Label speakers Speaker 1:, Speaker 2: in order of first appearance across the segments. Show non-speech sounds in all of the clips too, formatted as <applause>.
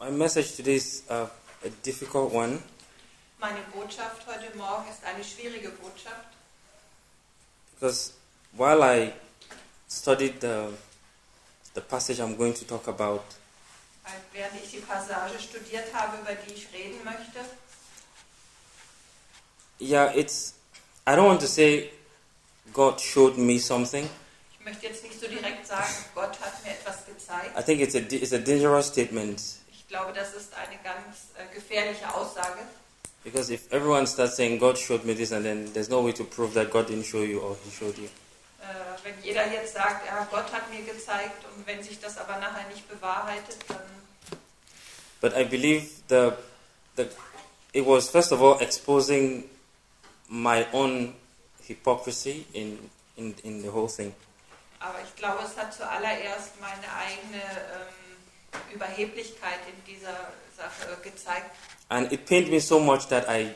Speaker 1: My message today is uh, a difficult one.
Speaker 2: Meine Botschaft heute Morgen ist eine schwierige Botschaft,
Speaker 1: Because while I studied the, the passage I'm going to talk about,
Speaker 2: weil während ich die Passage studiert habe, über die ich reden möchte.
Speaker 1: yeah, it's, I don't want to say God showed me something.
Speaker 2: Ich möchte jetzt nicht so direkt sagen, Gott hat mir etwas gezeigt.
Speaker 1: I think it's a, di- it's a dangerous statement
Speaker 2: Ich glaube, das ist eine ganz äh, gefährliche Aussage,
Speaker 1: because if everyone starts saying God showed me this and then there's no way to prove that God didn't show you or He showed you.
Speaker 2: äh, wenn jeder jetzt sagt, ja, Gott hat mir gezeigt und wenn sich das aber nachher nicht bewahrheitet, dann
Speaker 1: But I believe the, the, it was first of all exposing my own hypocrisy in, in, in the whole thing.
Speaker 2: Aber ich glaube, es hat zuallererst meine eigene ähm, Überheblichkeit in dieser Sache gezeigt.
Speaker 1: And it pained me so much that I,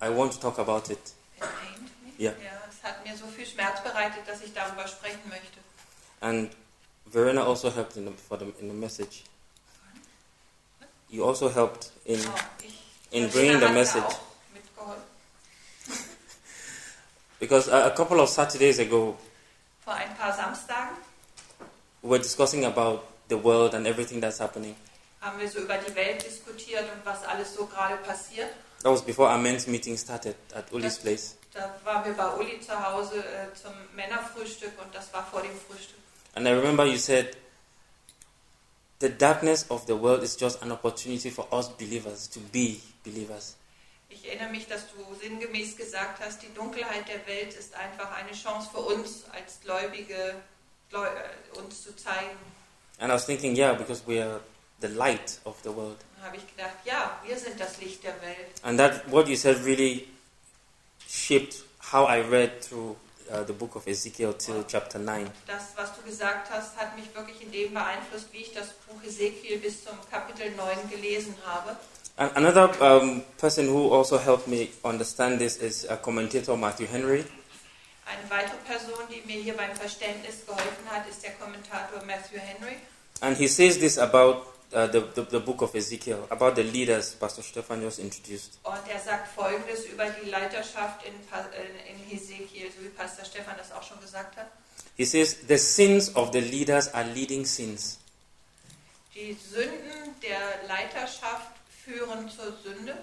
Speaker 1: I want to talk about it.
Speaker 2: It pained me.
Speaker 1: Ja.
Speaker 2: Ja, es hat mir so viel Schmerz bereitet, dass ich darüber sprechen möchte.
Speaker 1: And Verena also helped in the, for the, in the message. You also helped in.
Speaker 2: Oh, ich,
Speaker 1: In
Speaker 2: Verena
Speaker 1: bringing the
Speaker 2: hat da
Speaker 1: message.
Speaker 2: Auch mitgeholfen.
Speaker 1: Because a, a couple of Saturdays ago,
Speaker 2: Vor ein paar Samstagen
Speaker 1: we were discussing about the world and everything that's happening.
Speaker 2: haben wir so über die Welt diskutiert und was alles so gerade passiert.
Speaker 1: That was before our men's meeting started at Uli's
Speaker 2: Yes.
Speaker 1: place.
Speaker 2: Da waren wir bei Uli zu Hause äh, zum Männerfrühstück und das war vor dem Frühstück.
Speaker 1: And I remember you said, the darkness of the world is just an opportunity for us believers to be believers.
Speaker 2: Ich erinnere mich, dass du sinngemäß gesagt hast, die Dunkelheit der Welt ist einfach eine Chance für uns als Gläubige, Gläu äh, uns zu zeigen.
Speaker 1: And I was thinking, yeah, because we are the light of the world.
Speaker 2: Dann habe ich gedacht, ja, wir sind das Licht der Welt.
Speaker 1: And that what you said really shaped how I read through uh, the book of Ezekiel till chapter 9.
Speaker 2: Das, was du gesagt hast, hat mich wirklich in dem beeinflusst, wie ich das Buch Ezekiel bis zum Kapitel 9 gelesen habe.
Speaker 1: And another um, person who also helped me understand this is a commentator Matthew Henry.
Speaker 2: Eine weitere Person, die mir hier beim Verständnis geholfen hat, ist der Kommentator Matthew Henry.
Speaker 1: And he says this about uh, the, the, the book of Ezekiel, about the leaders Pastor Stefanios introduced.
Speaker 2: Und er sagt Folgendes über die Leiterschaft in, Pa- äh, in Hesekiel, so wie Pastor Stefan das auch schon gesagt hat.
Speaker 1: He says, The sins of the leaders are leading sins,
Speaker 2: Die Sünden der Leiterschaft führen zur Sünde.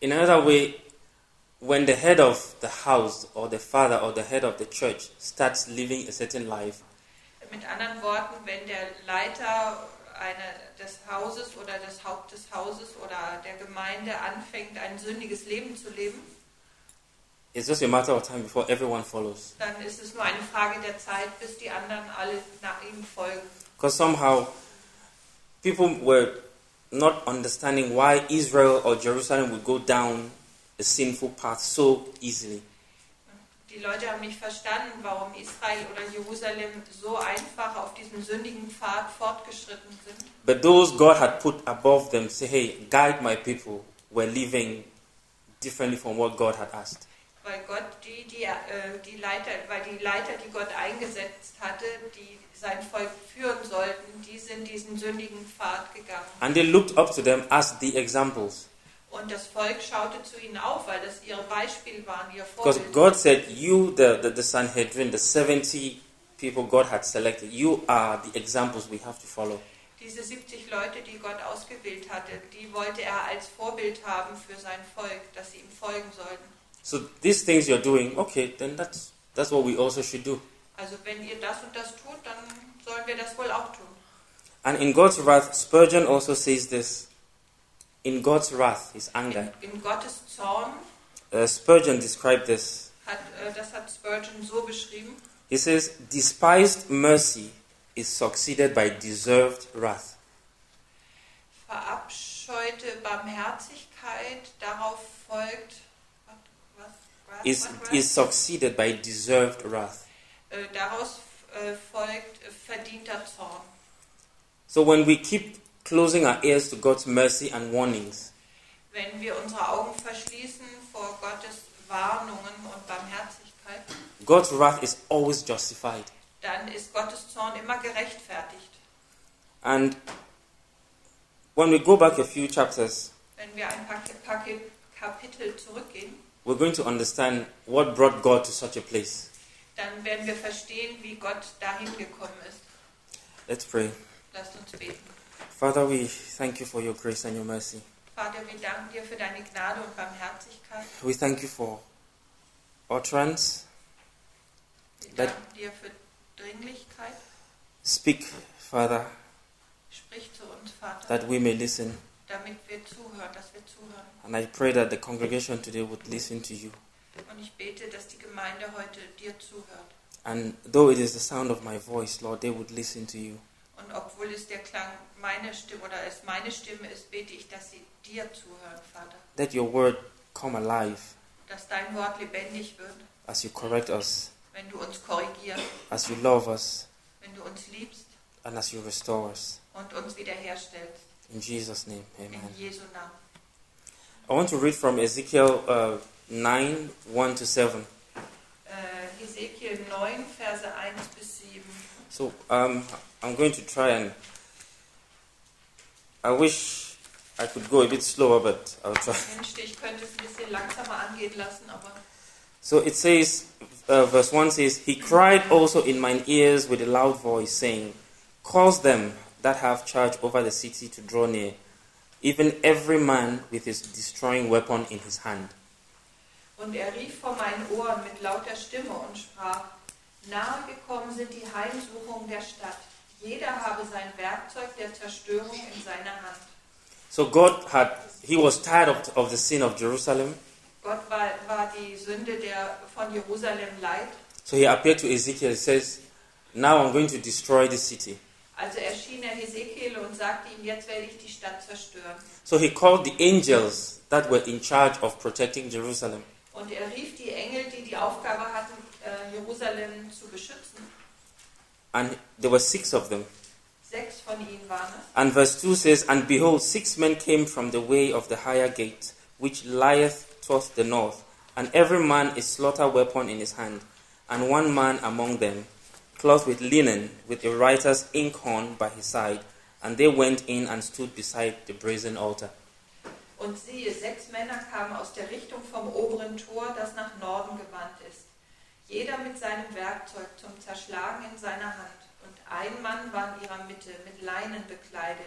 Speaker 1: In another way, when the head of the house or the father or the head of the church starts living a certain life,
Speaker 2: Mit anderen Worten, wenn der Leiter eine, des Hauses oder des Haupt des Hauses oder der Gemeinde anfängt, ein sündiges Leben zu leben,
Speaker 1: it's just a matter of time before everyone follows.
Speaker 2: dann ist es nur eine Frage der Zeit, bis die anderen alle nach ihm folgen.
Speaker 1: Because somehow people were not understanding why Israel or Jerusalem would go down a sinful path so easily.
Speaker 2: Die Leute haben nicht verstanden, warum Israel oder Jerusalem so einfach auf diesem sündigen Pfad fortgeschritten sind.
Speaker 1: But those God had put above them, say, hey, guide my people, were living differently from what God had asked.
Speaker 2: Weil Gott die, die, äh, die Leiter, weil die Leiter, die Gott eingesetzt hatte, die sein Volk führen sollten, die sind diesen sündigen Pfad gegangen.
Speaker 1: And they looked up to them as the examples.
Speaker 2: Und das Volk schaute zu ihnen auf, weil das ihre Beispiel waren, ihr
Speaker 1: Because
Speaker 2: Vorbild.
Speaker 1: God said, You, the, the, the Sanhedrin, the 70 people God had selected, you are the examples we have to follow.
Speaker 2: Diese 70 Leute, die Gott ausgewählt hatte, die wollte er als Vorbild haben für sein Volk, dass sie ihm folgen sollten.
Speaker 1: So these things you're doing, okay, then that's, that's what we also should do.
Speaker 2: Also wenn ihr das und das tut, dann sollen wir das wohl auch tun.
Speaker 1: And in God's wrath, Spurgeon also says this. In God's wrath, his anger,
Speaker 2: In, in Gottes Zorn
Speaker 1: uh, Spurgeon described this.
Speaker 2: hat, äh, das hat Spurgeon so beschrieben,
Speaker 1: He says, Despised mercy is succeeded by deserved wrath.
Speaker 2: verabscheute Barmherzigkeit, darauf folgt was, was, was,
Speaker 1: Is,
Speaker 2: was,
Speaker 1: is succeeded by deserved wrath.
Speaker 2: äh, daraus äh, folgt äh, verdienter Zorn.
Speaker 1: So when we keep closing our ears to God's mercy and warnings,
Speaker 2: Wenn wir unsere Augen verschließen vor Gottes Warnungen und Barmherzigkeit,
Speaker 1: God's wrath is always justified.
Speaker 2: dann ist Gottes Zorn immer gerechtfertigt.
Speaker 1: And When we go back a few chapters,
Speaker 2: Wenn wir ein paar, paar Kapitel zurückgehen,
Speaker 1: we're going to understand what brought God to such a place.
Speaker 2: dann werden wir verstehen, wie Gott dahin gekommen ist.
Speaker 1: Let's pray.
Speaker 2: Lasst uns beten.
Speaker 1: Father, we thank you for your grace and your mercy.
Speaker 2: Vater, wir danken dir für deine Gnade und Barmherzigkeit.
Speaker 1: We thank you for utterance.
Speaker 2: Wir
Speaker 1: Let-
Speaker 2: danken dir für Dringlichkeit.
Speaker 1: Speak, Father,
Speaker 2: Sprich zu uns, Vater,
Speaker 1: that we may listen.
Speaker 2: damit wir zuhören, dass wir zuhören.
Speaker 1: And I pray that the congregation today would listen to you.
Speaker 2: Und ich bete, dass die Gemeinde heute dir zuhört.
Speaker 1: And though it is the sound of my voice, Lord, they would listen to you.
Speaker 2: Und obwohl es der Klang meiner Stimme oder es meine Stimme ist, bete ich, dass sie dir zuhören, Vater.
Speaker 1: Let your word come alive
Speaker 2: Dass dein Wort lebendig wird,
Speaker 1: as you correct us,
Speaker 2: wenn du uns korrigierst,
Speaker 1: as you love us,
Speaker 2: wenn du uns liebst
Speaker 1: and as you restore us.
Speaker 2: und uns wiederherstellst.
Speaker 1: In Jesus' name, amen.
Speaker 2: In Jesu Namen.
Speaker 1: I want to read from Ezekiel uh, 9 1 to 7.
Speaker 2: Äh, Hesekiel 9, Verse 1 bis 7.
Speaker 1: So um, I'm going to try and. I wish I could go a bit slower, but I'll try.
Speaker 2: Mensch, ich könnte es ein bisschen langsamer angehen lassen, aber
Speaker 1: So it says, uh, verse 1 says, He cried also in mine ears with a loud voice, saying, Cause them that have charge over the city to draw near, even every man with his destroying weapon in his hand.
Speaker 2: Und er rief vor meinen Ohren mit lauter Stimme und sprach, nahe gekommen sind die Heimsuchungen der Stadt. Jeder habe sein Werkzeug der Zerstörung in seiner Hand.
Speaker 1: So God had, he was tired of, of the sin of Jerusalem.
Speaker 2: Gott war, war die Sünde der, von Jerusalem leid.
Speaker 1: So he appeared to Ezekiel. He says, Now I'm going to destroy this city.
Speaker 2: Also erschien er Hesekiel und sagte ihm, jetzt werde ich die Stadt zerstören.
Speaker 1: So he called the angels that were in charge of protecting Jerusalem.
Speaker 2: Und er rief die Engel, die die Aufgabe hatten, äh, Jerusalem zu beschützen.
Speaker 1: And there were six of them.
Speaker 2: Sechs von ihnen waren es.
Speaker 1: And verse 2 says, And behold, six men came from the way of the higher gate, which lieth toward the north, and every man a slaughter weapon in his hand, and one man among them, clothed with linen, with a writer's inkhorn by his side. And they went in and stood beside the brazen altar.
Speaker 2: Und siehe, sechs Männer kamen aus der Richtung vom oberen Tor, das nach Norden gewandt ist. Jeder mit seinem Werkzeug zum Zerschlagen in seiner Hand. Und ein Mann war in ihrer Mitte, mit Leinen bekleidet,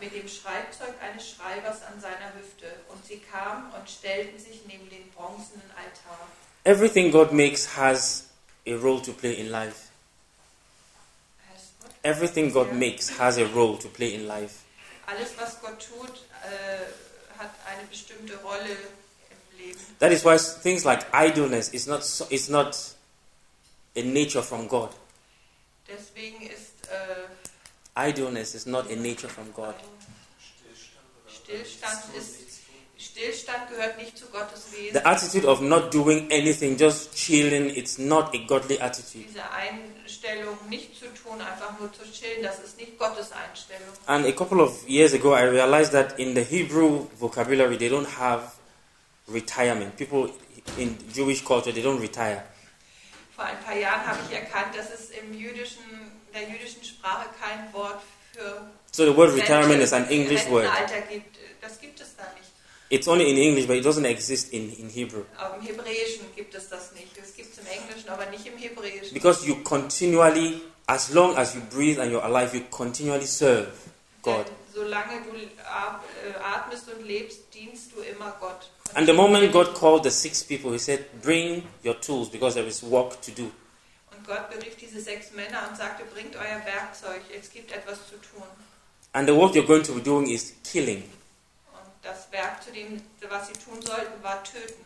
Speaker 2: mit dem Schreibzeug eines Schreibers an seiner Hüfte. Und sie kamen und stellten sich neben den bronzenen Altar.
Speaker 1: Everything God makes has a role to play in life.
Speaker 2: Heißt Gott.
Speaker 1: Everything God
Speaker 2: Yeah.
Speaker 1: makes has a role to play in life.
Speaker 2: Alles, was Gott tut, äh, hat eine bestimmte Rolle im Leben.
Speaker 1: That is why things like idleness is not so, is not a nature from God.
Speaker 2: Deswegen ist äh,
Speaker 1: Idleness is not a nature from God.
Speaker 2: Stillstand ist, Stillstand gehört nicht zu Gottes Wesen.
Speaker 1: The attitude of not doing anything, just chilling, it's not a godly attitude.
Speaker 2: Diese Einstellung nicht zu tun, einfach nur zu chillen, das ist nicht Gottes Einstellung.
Speaker 1: And a couple of years ago, I realized that in the Hebrew vocabulary, they don't have retirement. People in Jewish culture, they don't retire.
Speaker 2: Vor ein paar Jahren habe ich erkannt, dass es im jüdischen, der jüdischen Sprache kein Wort für
Speaker 1: So the word
Speaker 2: Rente-
Speaker 1: retirement is an English word.
Speaker 2: Rentenalter gibt. Das gibt es da nicht.
Speaker 1: It's only in English, but it doesn't exist in, in Hebrew.
Speaker 2: Auch Im Hebräischen gibt es das nicht. Es gibt es im Englischen, aber nicht im Hebräischen.
Speaker 1: Because you continually, as long as you breathe and you're alive, you continually serve God.
Speaker 2: Denn solange du ab- äh, atmest und lebst, dienst du immer Gott.
Speaker 1: And the moment God called the six people, He said, Bring your tools because there is work to do.
Speaker 2: Und Gott berief diese sechs Männer und sagte, bringt euer Werkzeug, es gibt etwas zu tun.
Speaker 1: And the work you're going to be doing is killing.
Speaker 2: Und das Werk, zu dem, was sie tun sollten, war töten.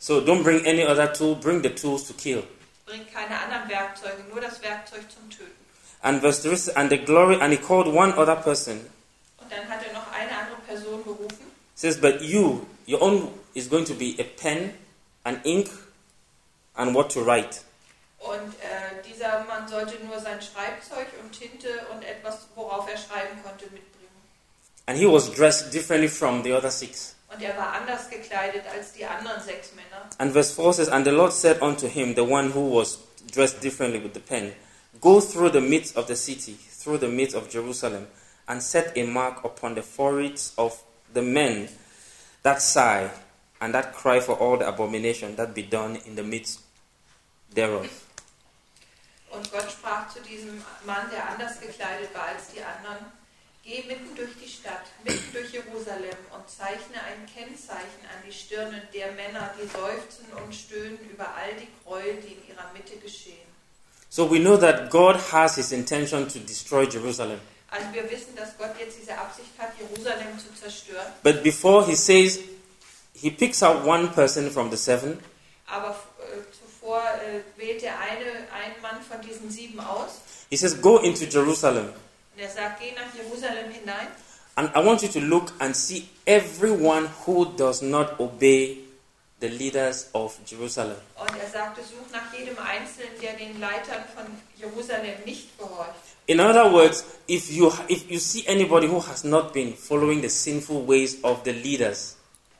Speaker 1: So don't bring any other tool, bring the tools to kill.
Speaker 2: Bringt keine anderen Werkzeuge, nur das Werkzeug zum Töten.
Speaker 1: And verse 3 says, And the glory, and He called one other person,
Speaker 2: Und dann hat er noch eine andere Person berufen.
Speaker 1: says, But you, your own is going to be a pen, an ink, and what to write.
Speaker 2: Und äh, dieser Mann sollte nur sein Schreibzeug und Tinte und etwas, worauf er schreiben konnte, mitbringen.
Speaker 1: And he was dressed differently from the other six.
Speaker 2: Und er war anders gekleidet als die anderen sechs Männer.
Speaker 1: And verse 4 says, And the Lord said unto him, the one who was dressed differently with the pen, Go through the midst of the city, through the midst of Jerusalem, and set a mark upon the foreheads of the men that sigh and that cry for all the abomination that be done in the midst thereof.
Speaker 2: Und Gott sprach zu diesem Mann, der anders gekleidet war als die anderen, Geh mitten durch die Stadt, mitten durch Jerusalem und zeichne ein Kennzeichen an die Stirnen der Männer, die seufzen und stöhnen über all die Gräuel, die in ihrer Mitte geschehen.
Speaker 1: So we know that God has his intention to destroy Jerusalem.
Speaker 2: Also wir wissen, dass Gott jetzt diese Absicht hat, Jerusalem zu zerstören.
Speaker 1: But before he says, he picks out one person from the seven
Speaker 2: Aber äh, zuvor äh, wählt er eine, einen Mann von diesen sieben aus
Speaker 1: He says, Go into Jerusalem.
Speaker 2: und er sagt, geh nach Jerusalem hinein
Speaker 1: And I want you to look and see everyone who does not obey the leaders of Jerusalem.
Speaker 2: und er sagte, such nach jedem Einzelnen, der den Leitern von Jerusalem nicht gehorcht.
Speaker 1: In other words, if you, if you see anybody who has not been following the sinful ways of the leaders,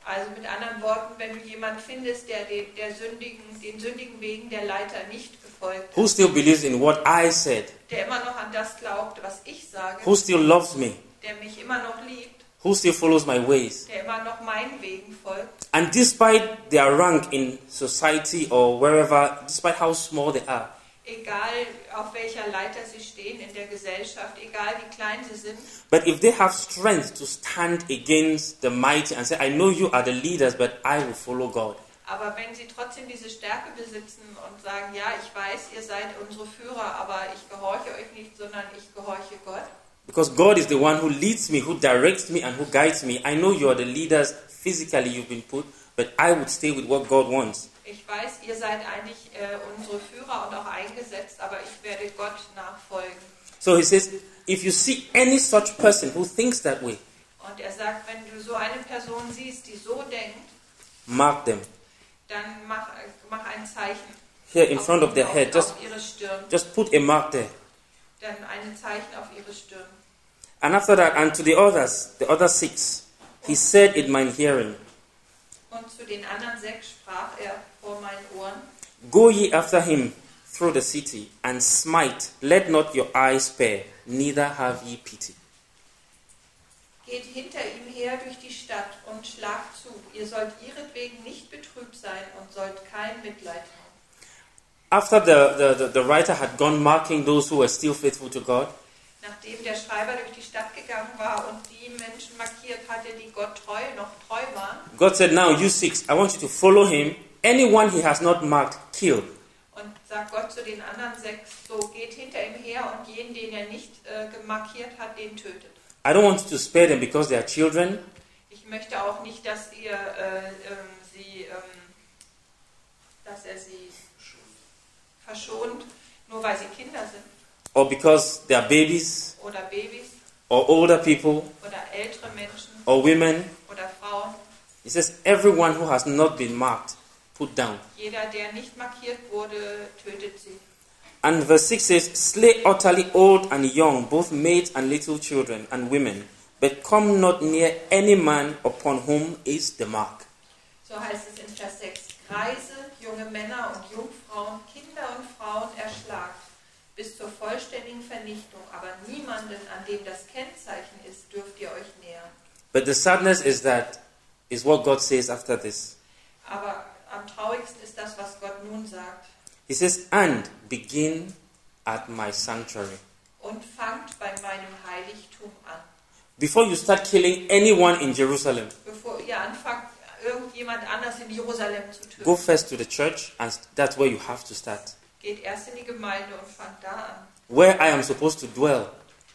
Speaker 2: Also mit anderen Worten, wenn du jemanden findest, der den, der sündigen, den sündigen Wegen der Leiter nicht gefolgt
Speaker 1: who
Speaker 2: ist,
Speaker 1: still believes in what I said,
Speaker 2: der immer noch an das glaubt, was ich sage,
Speaker 1: who still loves me,
Speaker 2: der mich immer noch liebt,
Speaker 1: who still follows my ways,
Speaker 2: der immer noch meinen Wegen folgt,
Speaker 1: and despite their rank in society or wherever, despite how small they are,
Speaker 2: egal auf welcher Leiter sie stehen in der Gesellschaft, egal wie klein sie sind,
Speaker 1: But if they have strength to stand against the mighty and say, I know you are the leaders, but I will follow God.
Speaker 2: Aber wenn sie trotzdem diese Stärke besitzen und sagen, ja, ich weiß, ihr seid unsere Führer, aber ich gehorche euch nicht, sondern ich gehorche Gott,
Speaker 1: Because God is the one who leads me, who directs me, and who guides me. I know you are the leaders physically you've been put, but I would stay with what God wants.
Speaker 2: ich weiß, ihr seid eigentlich äh, unsere Führer und auch eingesetzt, aber ich werde Gott nachfolgen.
Speaker 1: So he says, if you see any such person who thinks that way,
Speaker 2: Und er sagt, wenn du so eine Person siehst, die so denkt,
Speaker 1: mark them
Speaker 2: dann mach, äh, mach ein Zeichen
Speaker 1: here in
Speaker 2: auf-
Speaker 1: front of their
Speaker 2: auf,
Speaker 1: head. Just,
Speaker 2: auf ihre Stirn,
Speaker 1: just put a mark there.
Speaker 2: dann ein Zeichen auf ihre Stirn.
Speaker 1: And after that, and to the others, the other six, he said in mine hearing,
Speaker 2: Und zu den anderen sechs sprach er vor meinen Ohren.
Speaker 1: Go ye after him through the city, and smite, let not your eye spare, neither have ye pity.
Speaker 2: Geht hinter ihm her durch die Stadt und schlagt zu. Ihr sollt ihretwegen nicht betrübt sein und sollt kein Mitleid haben.
Speaker 1: After the, the, the, the writer had gone marking those who were still faithful to God,
Speaker 2: Nachdem der Schreiber durch die Stadt gegangen war und die Menschen markiert hatte, die Gott treu noch treu waren,
Speaker 1: God said, Now, you six, I want you to follow him. Anyone he has not marked, kill.
Speaker 2: und sagt Gott zu den anderen sechs, so geht hinter ihm her und jeden, den er nicht äh, markiert hat, den tötet.
Speaker 1: I don't want you to spare them because they are children,
Speaker 2: Ich möchte auch nicht, dass ihr äh, ähm, sie, ähm, dass er sie verschont, nur weil sie Kinder sind
Speaker 1: or because they are babies,
Speaker 2: oder Babys.
Speaker 1: or older people,
Speaker 2: oder ältere Menschen
Speaker 1: or women.
Speaker 2: oder Frauen,
Speaker 1: He says, Everyone who has not been marked, put down.
Speaker 2: jeder, der nicht markiert wurde, tötet sie.
Speaker 1: And verse 6 says, Slay utterly old and young, both maids and little children and women, but come not near any man upon whom is the mark.
Speaker 2: So heißt es in Vers 6. Greise, junge Männer und Jungfrauen, Kinder und Frauen erschlagt bis zur vollständigen Vernichtung, aber niemanden, an dem das Kennzeichen ist, dürft ihr euch nähern.
Speaker 1: But the sadness is that, is what God says after this.
Speaker 2: Aber am traurigsten ist das, was Gott nun sagt.
Speaker 1: He says, And begin at my sanctuary.
Speaker 2: Und fangt bei meinem Heiligtum an.
Speaker 1: Before you start killing anyone in Jerusalem,
Speaker 2: Bevor ihr anfangt, irgendjemand anders in Jerusalem zu töten,
Speaker 1: go first to the church, and that's where you have to start.
Speaker 2: geht erst in die Gemeinde und fangt da an.
Speaker 1: Where I am supposed to dwell,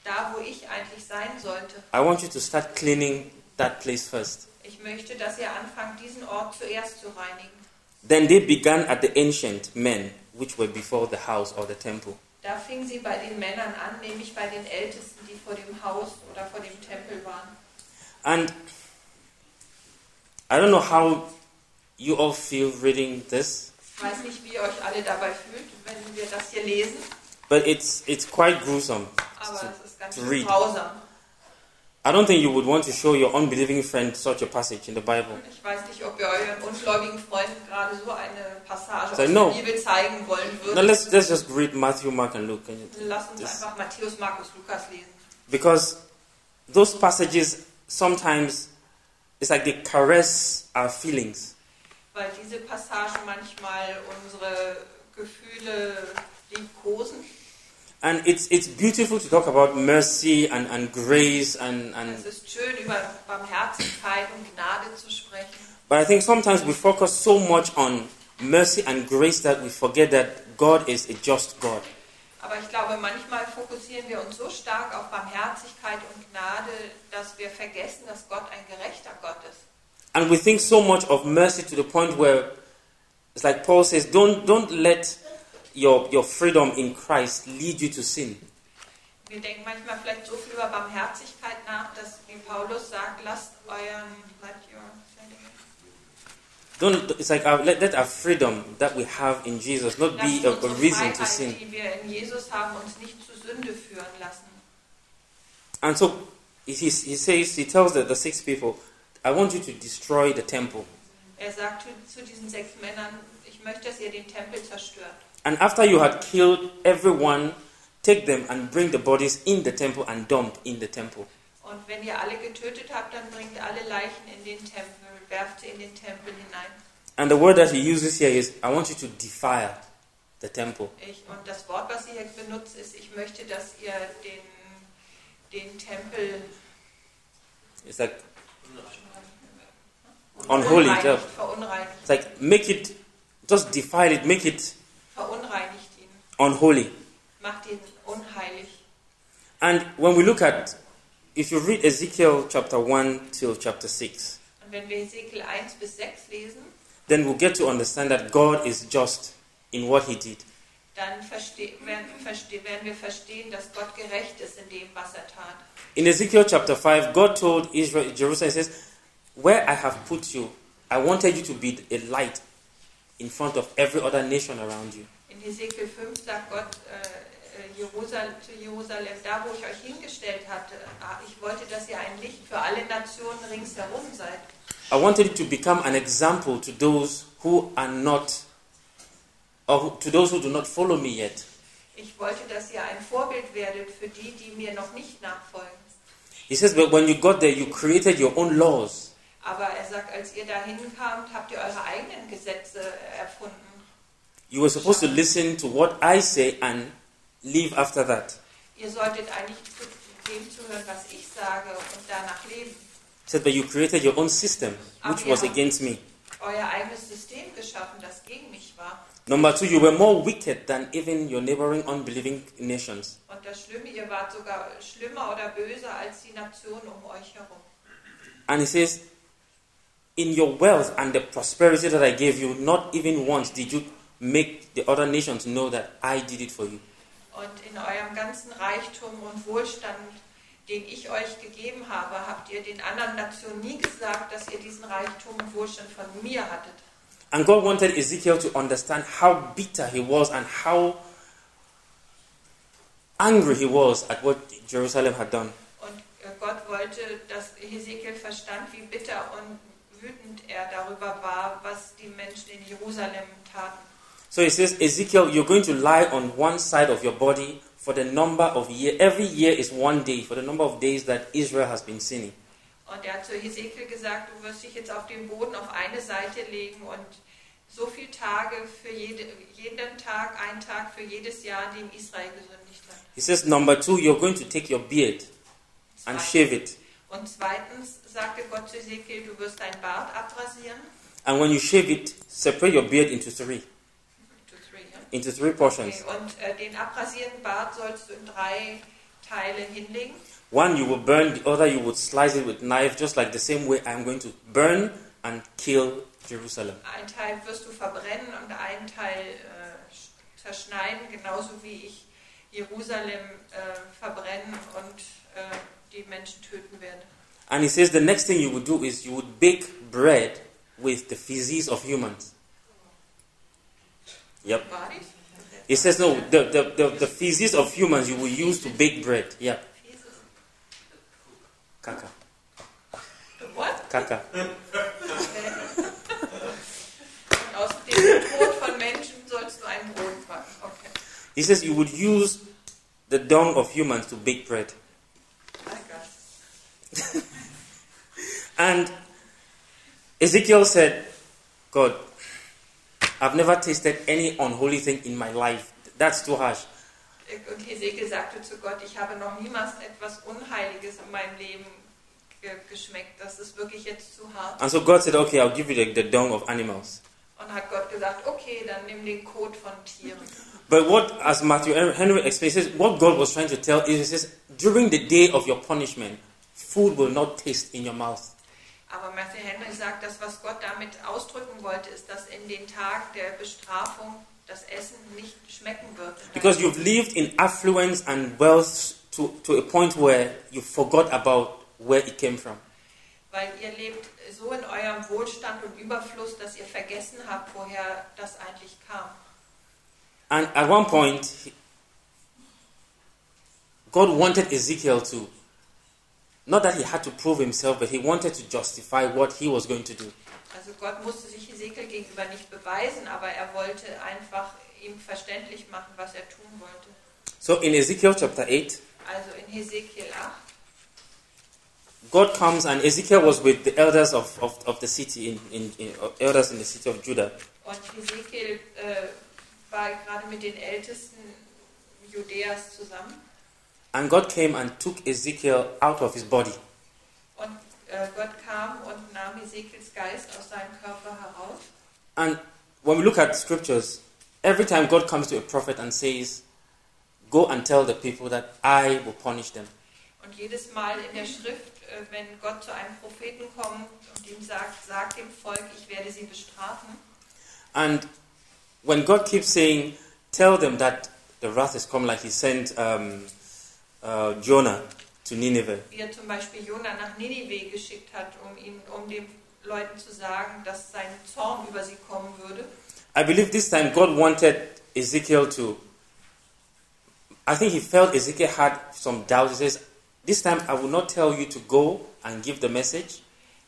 Speaker 2: da, wo ich eigentlich sein sollte.
Speaker 1: I want you to start cleaning that place first.
Speaker 2: Ich möchte, dass ihr anfangt, diesen Ort zuerst zu reinigen.
Speaker 1: Then they began at the ancient men which were before the house or the temple.
Speaker 2: Da fingen sie bei den Männern an, nämlich bei den Ältesten, die vor dem Haus oder vor dem Tempel waren.
Speaker 1: And I don't know how you all feel reading this,
Speaker 2: Ich weiß nicht, wie ihr euch alle dabei fühlt, wenn wir das hier lesen,
Speaker 1: but it's it's quite gruesome.
Speaker 2: aber
Speaker 1: To-
Speaker 2: es ist ganz
Speaker 1: to
Speaker 2: schön
Speaker 1: read.
Speaker 2: grausam.
Speaker 1: I don't think you would want to show your unbelieving friend such a passage in the Bible.
Speaker 2: Ich weiß nicht, ob ihr euren ungläubigen Freunden gerade so eine Passage aus
Speaker 1: Say
Speaker 2: der
Speaker 1: no.
Speaker 2: Bibel zeigen wollen
Speaker 1: Now
Speaker 2: würdet.
Speaker 1: let's let's just read Matthew, Mark, and Luke, and-
Speaker 2: Lasst uns
Speaker 1: das-
Speaker 2: einfach Matthäus, Markus, Lukas lesen.
Speaker 1: because Those passages sometimes, it's like they caress our feelings.
Speaker 2: weil diese Passagen manchmal unsere Gefühle liebkosen.
Speaker 1: And it's, it's beautiful to talk about mercy and, and grace, and, and,
Speaker 2: Es ist schön, über Barmherzigkeit und Gnade zu sprechen.
Speaker 1: but I think sometimes we focus so much on mercy and grace that we forget that God is a just God.
Speaker 2: Aber ich glaube, manchmal fokussieren wir uns so stark auf Barmherzigkeit und Gnade, dass wir vergessen, dass Gott ein gerechter Gott ist.
Speaker 1: And we think so much of mercy to the point where it's like Paul says, don't, don't let your, your freedom in Christ lead you to sin.
Speaker 2: Wir denken manchmal vielleicht so viel über Barmherzigkeit nach, dass wie Paulus sagt, lasst euren let your,
Speaker 1: Don't, it's like our, let, let our freedom that we have in Jesus not be
Speaker 2: lasst
Speaker 1: a, a
Speaker 2: unsere
Speaker 1: reason to sin.
Speaker 2: Freiheit, die wir in Jesus haben, uns nicht zu Sünde führen lassen.
Speaker 1: And so he, he says, he tells the, the six people, I want you to destroy the temple.
Speaker 2: Er sagt zu- zu diesen sechs Männern, ich möchte, dass ihr den Tempel zerstört.
Speaker 1: And after you had killed everyone, take them and bring the bodies in the temple and dump in the temple.
Speaker 2: Und wenn ihr alle getötet habt, dann bringt alle Leichen in den Tempel, werft sie in den Tempel hinein.
Speaker 1: And the word that he uses here is, I want you to defile the temple.
Speaker 2: Ich, und das Wort, was sie hier benutzt, ist, ich möchte, dass ihr den, den Tempel
Speaker 1: It's like, Unholy, ja.
Speaker 2: verunreinigt, verunreinigt,
Speaker 1: it's like make it, just defile it, make it
Speaker 2: verunreinigt ihn,
Speaker 1: unholy.
Speaker 2: macht ihn unheilig.
Speaker 1: And when we look at, if you read Ezekiel chapter 1 till chapter 6,
Speaker 2: Und wenn wir Hesekiel 1 bis 6 lesen,
Speaker 1: then we'll get to understand that God is just in what he did.
Speaker 2: dann verste werden, verste werden wir verstehen, dass Gott gerecht ist in dem, was er tat.
Speaker 1: In Ezekiel chapter 5, God told Israel, Jerusalem, he says, Where I have put you, I wanted you to be a light in front of every other nation around you.
Speaker 2: In Hesekiel 5 sagt Gott äh, äh, Jerusal zu Jerusalem, da wo ich euch hingestellt hatte, ah, ich wollte, dass ihr ein Licht für alle Nationen ringsherum seid.
Speaker 1: I wanted you to become an example to those who are not, or who- to those who do not follow me yet.
Speaker 2: Ich wollte, dass ihr ein Vorbild werdet für die, die mir noch nicht nachfolgen.
Speaker 1: He says, But when you got there, you created your own laws.
Speaker 2: Aber er sagt, als ihr dahin kamt, habt ihr eure eigenen Gesetze äh, erfunden.
Speaker 1: You were supposed to listen to what I say and live after that.
Speaker 2: Ihr solltet eigentlich zu dem zuhören, was ich sage und danach leben.
Speaker 1: He said, But you created your own system, which was against me.
Speaker 2: Euer eigenes System geschaffen, das gegen mich war.
Speaker 1: Number two, you were more wicked than even your neighboring unbelieving nations.
Speaker 2: Und das Schlimme, ihr wart sogar schlimmer oder böser als die Nation um euch herum.
Speaker 1: And he says, In your wealth and the prosperity that I gave you, not even once did you make the other nations know that I did it for you.
Speaker 2: Und in eurem ganzen Reichtum und Wohlstand, den ich euch gegeben habe, habt ihr den anderen Nationen nie gesagt, dass ihr diesen Reichtum und Wohlstand von mir hattet.
Speaker 1: And God wanted Ezekiel to understand how bitter he was and how angry he was at what Jerusalem had done.
Speaker 2: Und äh, Gott wollte, dass Hesekiel verstand, wie bitter und wütend er darüber war, was die Menschen in Jerusalem taten.
Speaker 1: So he says, Ezekiel, you're going to lie on one side of your body for the number of years. Every year is one day for the number of days that Israel has been sinning.
Speaker 2: Und er hat zu Hesekiel gesagt, du wirst dich jetzt auf den Boden auf eine Seite legen und so viele Tage für jede, jeden Tag, einen Tag für jedes Jahr, in dem Israel gesündigt hat.
Speaker 1: He says, number two, you're going to take your beard and
Speaker 2: Zweitens-
Speaker 1: shave it.
Speaker 2: Und zweitens sagte Gott zu Hesekiel, du wirst deinen Bart abrasieren.
Speaker 1: And when you shave it, separate your beard into three,
Speaker 2: Two, three, ja?
Speaker 1: into three
Speaker 2: Okay.
Speaker 1: portions.
Speaker 2: Und äh, den abrasierten Bart sollst du in drei Teile hinlegen.
Speaker 1: One you will burn, the other you would slice it with knife, just like the same way I'm going to burn and kill Jerusalem.
Speaker 2: Ein Teil wirst du verbrennen und einen Teil äh, sch- zerschneiden, genauso wie ich Jerusalem äh, verbrennen und äh, die Menschen töten werde.
Speaker 1: And he says the next thing you would do is you would bake bread with the physiques of humans. Yep.
Speaker 2: War dies?
Speaker 1: It says no, the, the, the, the physiques of humans you will use to bake bread. Yeah. Kaka.
Speaker 2: What? <laughs>
Speaker 1: Kaka.
Speaker 2: Und aus dem Brot von Menschen sollst du ein Brot machen. Okay.
Speaker 1: He says you would use the dung of humans to bake bread.
Speaker 2: I got it.
Speaker 1: And Ezekiel said, God, I've never tasted any unholy thing in my life. That's too harsh.
Speaker 2: Und Hesekiel sagte zu Gott, ich habe noch niemals etwas Unheiliges in meinem Leben ge- geschmeckt. Das ist wirklich jetzt zu hart.
Speaker 1: And so God said, Okay, I'll give you the, the dung of animals.
Speaker 2: Und hat Gott gesagt, okay, dann nimm den Kot von Tieren.
Speaker 1: But what, as Matthew Henry explains, he says, what God was trying to tell is, he says, during the day of your punishment, food will not taste in your mouth.
Speaker 2: Aber Matthew Henry sagt, das, was Gott damit ausdrücken wollte, ist, dass in den Tagen der Bestrafung das Essen nicht schmecken wird.
Speaker 1: Because you've lived in affluence and wealth to, to a point where you forgot about where it came from.
Speaker 2: Weil ihr lebt so in eurem Wohlstand und Überfluss, dass ihr vergessen habt, woher das eigentlich kam.
Speaker 1: And at one point, he- God wanted Ezekiel to, not that he had to prove himself, but he wanted to justify what he was going to do.
Speaker 2: Also Gott musste sich Hesekiel gegenüber nicht beweisen, aber er wollte einfach ihm verständlich machen, was er tun wollte.
Speaker 1: So in Ezekiel chapter 8,
Speaker 2: Also in Hesekiel 8
Speaker 1: God comes and Ezekiel was with the elders of, of, of the city, in, in, in, uh, elders in the city of Judah.
Speaker 2: und Hesekiel äh, war gerade mit den Ältesten Judäas zusammen
Speaker 1: And God came and took Ezekiel out of his body.
Speaker 2: und äh, Gott kam und nahm Hesekiels Geist aus seinem Körper heraus.
Speaker 1: And when we look at scriptures, every time God comes to a prophet and says, Go and tell the people that I will punish them.
Speaker 2: Und jedes Mal in der Schrift, äh, wenn Gott zu einem Propheten kommt und ihm sagt, sagt dem Volk, ich werde sie bestrafen,
Speaker 1: And when God keeps saying, Tell them that the wrath is come, like he sent um, uh, Jonah to Nineveh,
Speaker 2: wie er zum Beispiel Jona nach Ninive geschickt hat, um ihn, um den Leuten zu sagen, dass sein Zorn über sie kommen würde.
Speaker 1: I believe this time God wanted Ezekiel to. I think he felt Ezekiel had some doubts. He says, This time I will not tell you to go and give the message.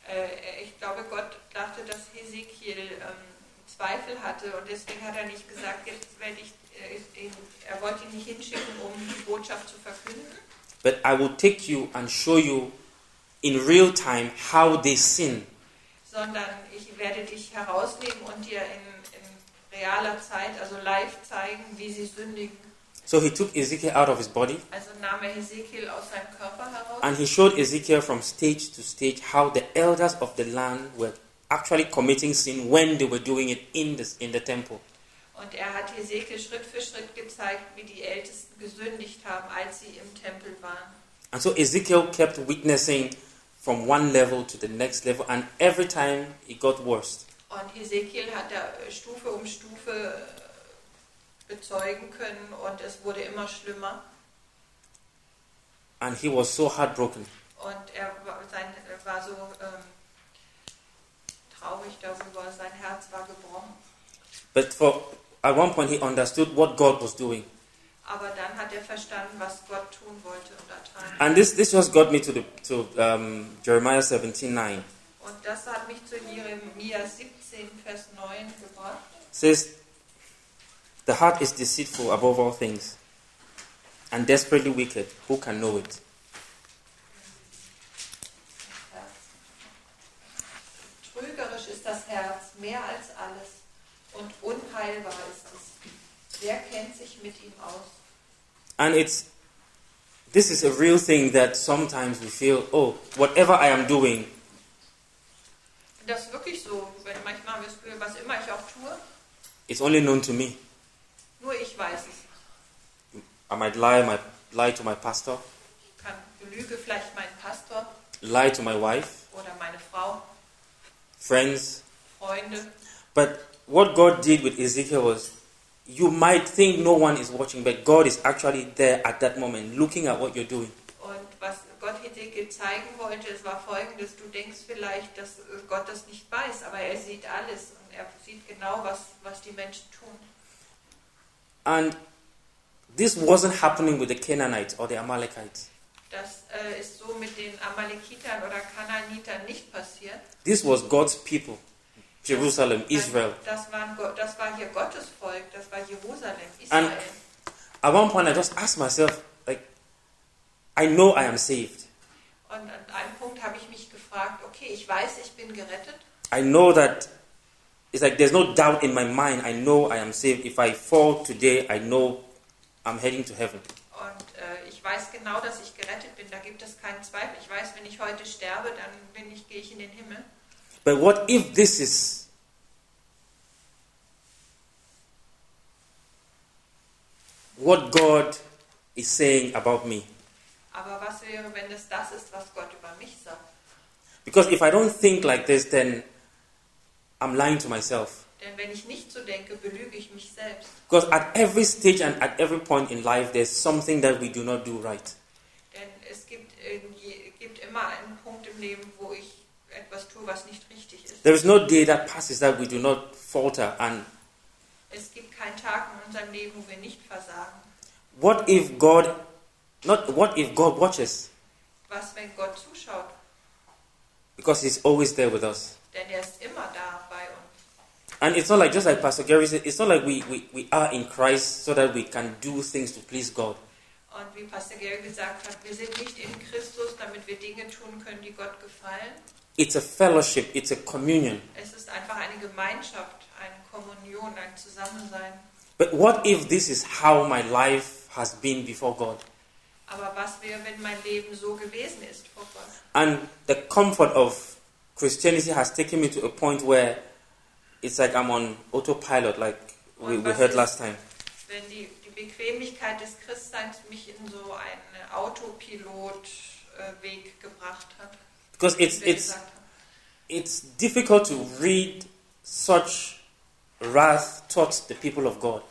Speaker 2: Äh, ich glaube, Gott dachte, dass Hesekiel ähm, Zweifel hatte und deswegen hat er nicht gesagt, jetzt werde ich, äh, ihn, er wollte ihn nicht hinschicken, um die Botschaft zu verkünden.
Speaker 1: But I will take you and show you in real time how they sin.
Speaker 2: sondern ich werde dich herausnehmen und dir in, in realer Zeit, also live zeigen, wie sie sündigen.
Speaker 1: So he took Ezekiel out of his body
Speaker 2: Also nahm er Hesekiel aus seinem Körper heraus
Speaker 1: and he showed Ezekiel from stage to stage how the elders of the land were actually committing sin when they were doing it in, this, in the temple.
Speaker 2: und er hat Hesekiel Schritt für Schritt gezeigt, wie die Ältesten gesündigt haben, als sie im Tempel waren.
Speaker 1: And so Ezekiel kept witnessing from one level to the next level, and every time it got worse.
Speaker 2: Und Hesekiel hat da äh, Stufe um Stufe äh, bezeugen können und es wurde immer schlimmer.
Speaker 1: And he was so heartbroken.
Speaker 2: Und er war, sein, er war so ähm, traurig darüber, sein Herz war gebrochen.
Speaker 1: But for at one point he understood what God was doing.
Speaker 2: Aber dann hat er verstanden, was Gott tun wollte und ertragen.
Speaker 1: And this, this just got me to, the, to um, Jeremiah 17:9.
Speaker 2: Und das hat mich zu Jeremia 17, Vers 9 gebracht.
Speaker 1: says, The heart is deceitful above all things and desperately wicked. Who can know it?
Speaker 2: Trügerisch ist das Herz, mehr als alles, und unheilbar ist es. Wer kennt sich mit ihm aus?
Speaker 1: And it's this is a real thing that sometimes we feel, oh, whatever I am doing,
Speaker 2: Und das ist wirklich so, wenn manchmal haben wir das Gefühl, was immer ich auch tue,
Speaker 1: it's only known to me.
Speaker 2: nur ich weiß es.
Speaker 1: I might lie, I might lie to my pastor,
Speaker 2: Ich kann belüge vielleicht meinen Pastor
Speaker 1: lie to my wife,
Speaker 2: oder meine Frau,
Speaker 1: friends.
Speaker 2: Freunde.
Speaker 1: But what God did with Ezekiel was you might think no one is watching, but God is actually there at that moment looking at what you're doing.
Speaker 2: Und was Gott Hesekiel zeigen wollte, es war folgendes, du denkst vielleicht, dass Gott das nicht weiß, aber er sieht alles und er sieht genau, was, was die Menschen tun.
Speaker 1: And this wasn't happening with the Canaanites or the Amalekites.
Speaker 2: Das äh, ist so mit den Amalekitern oder Kanaanitern nicht passiert.
Speaker 1: This was God's people, Jerusalem, Israel.
Speaker 2: Das, waren, Go- das war hier Gottes Volk, das war Jerusalem, Israel.
Speaker 1: An- At one point, I just asked myself, like, I know I am saved,
Speaker 2: und an einem Punkt habe ich mich gefragt, sagt, okay, ich weiß, ich bin gerettet.
Speaker 1: I know that it's like there's no doubt in my mind. I know I am saved. If I fall today, I know I'm heading to heaven.
Speaker 2: Und äh, ich weiß genau, dass ich gerettet bin. Da gibt es keinen Zweifel. Ich weiß, wenn ich heute sterbe, dann bin ich, gehe ich in den Himmel.
Speaker 1: But what if this is what God is saying about me?
Speaker 2: Aber was wäre, wenn es das ist, was Gott über mich sagt?
Speaker 1: Because if I don't think like this, then I'm lying to myself.
Speaker 2: Denn wenn ich nicht so denke, belüge ich mich selbst.
Speaker 1: Because at every stage and at every point in life, there's something that we do not do right.
Speaker 2: Denn es gibt, in je- gibt immer einen Punkt im Leben, wo ich etwas tue, was nicht richtig ist.
Speaker 1: There is no day that passes that we do not falter. And
Speaker 2: Es gibt keinen Tag in unserem Leben, wo wir nicht versagen.
Speaker 1: what if God, not what if God watches?
Speaker 2: Was, wenn Gott zuschaut?
Speaker 1: Because He's always there with us.
Speaker 2: Denn er ist immer da bei uns.
Speaker 1: And it's not like, just like Pastor Gary said, it's not like we, we, we are in Christ so that we can do things to please God.
Speaker 2: Und wie Pastor Gary gesagt hat, wir sind nicht in Christus, damit wir Dinge tun können, die Gott gefallen.
Speaker 1: It's a fellowship, it's a communion.
Speaker 2: Es ist einfach eine Gemeinschaft, eine Kommunion, ein Zusammensein.
Speaker 1: But what if this is how my life has been before God?
Speaker 2: Aber was wäre, wenn mein Leben so gewesen ist vor Gott?
Speaker 1: And the comfort of Christianity has taken me to a point where it's like I'm on autopilot, like we, we heard last time.
Speaker 2: Wenn die, die Bequemlichkeit des Christseins mich in so einen Autopilotweg gebracht hat.
Speaker 1: Because
Speaker 2: wie
Speaker 1: it's,
Speaker 2: wir
Speaker 1: it's,
Speaker 2: gesagt haben.
Speaker 1: it's difficult to read such wrath taught the people of God.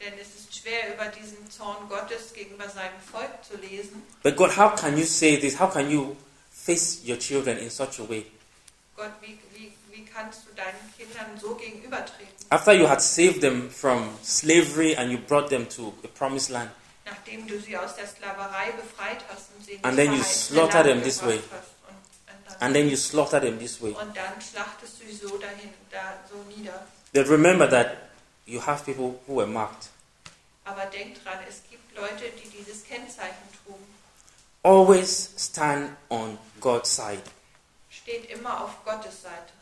Speaker 2: Denn es ist schwer, über diesen Zorn Gottes gegenüber seinem Volk zu lesen.
Speaker 1: But God, how can you say this? How can you face your children in such a way?
Speaker 2: Gott, wie, wie, wie kannst du deinen Kindern so gegenübertreten?
Speaker 1: After you had saved them from slavery and you brought them to a promised land,
Speaker 2: nachdem du sie aus der Sklaverei befreit hast und sie in
Speaker 1: And
Speaker 2: das
Speaker 1: then you
Speaker 2: verheißene
Speaker 1: slaughter
Speaker 2: Land
Speaker 1: them this
Speaker 2: gebracht
Speaker 1: way.
Speaker 2: hast Und,
Speaker 1: and
Speaker 2: und,
Speaker 1: then you slaughtered them this way,
Speaker 2: dann, und dann schlachtest du sie so dahin, da so nieder.
Speaker 1: then remember that you have people who were marked.
Speaker 2: Aber denk dran, es gibt Leute, die dieses Kennzeichen trugen.
Speaker 1: Always stand on God's side.
Speaker 2: Steht immer auf Gottes Seite.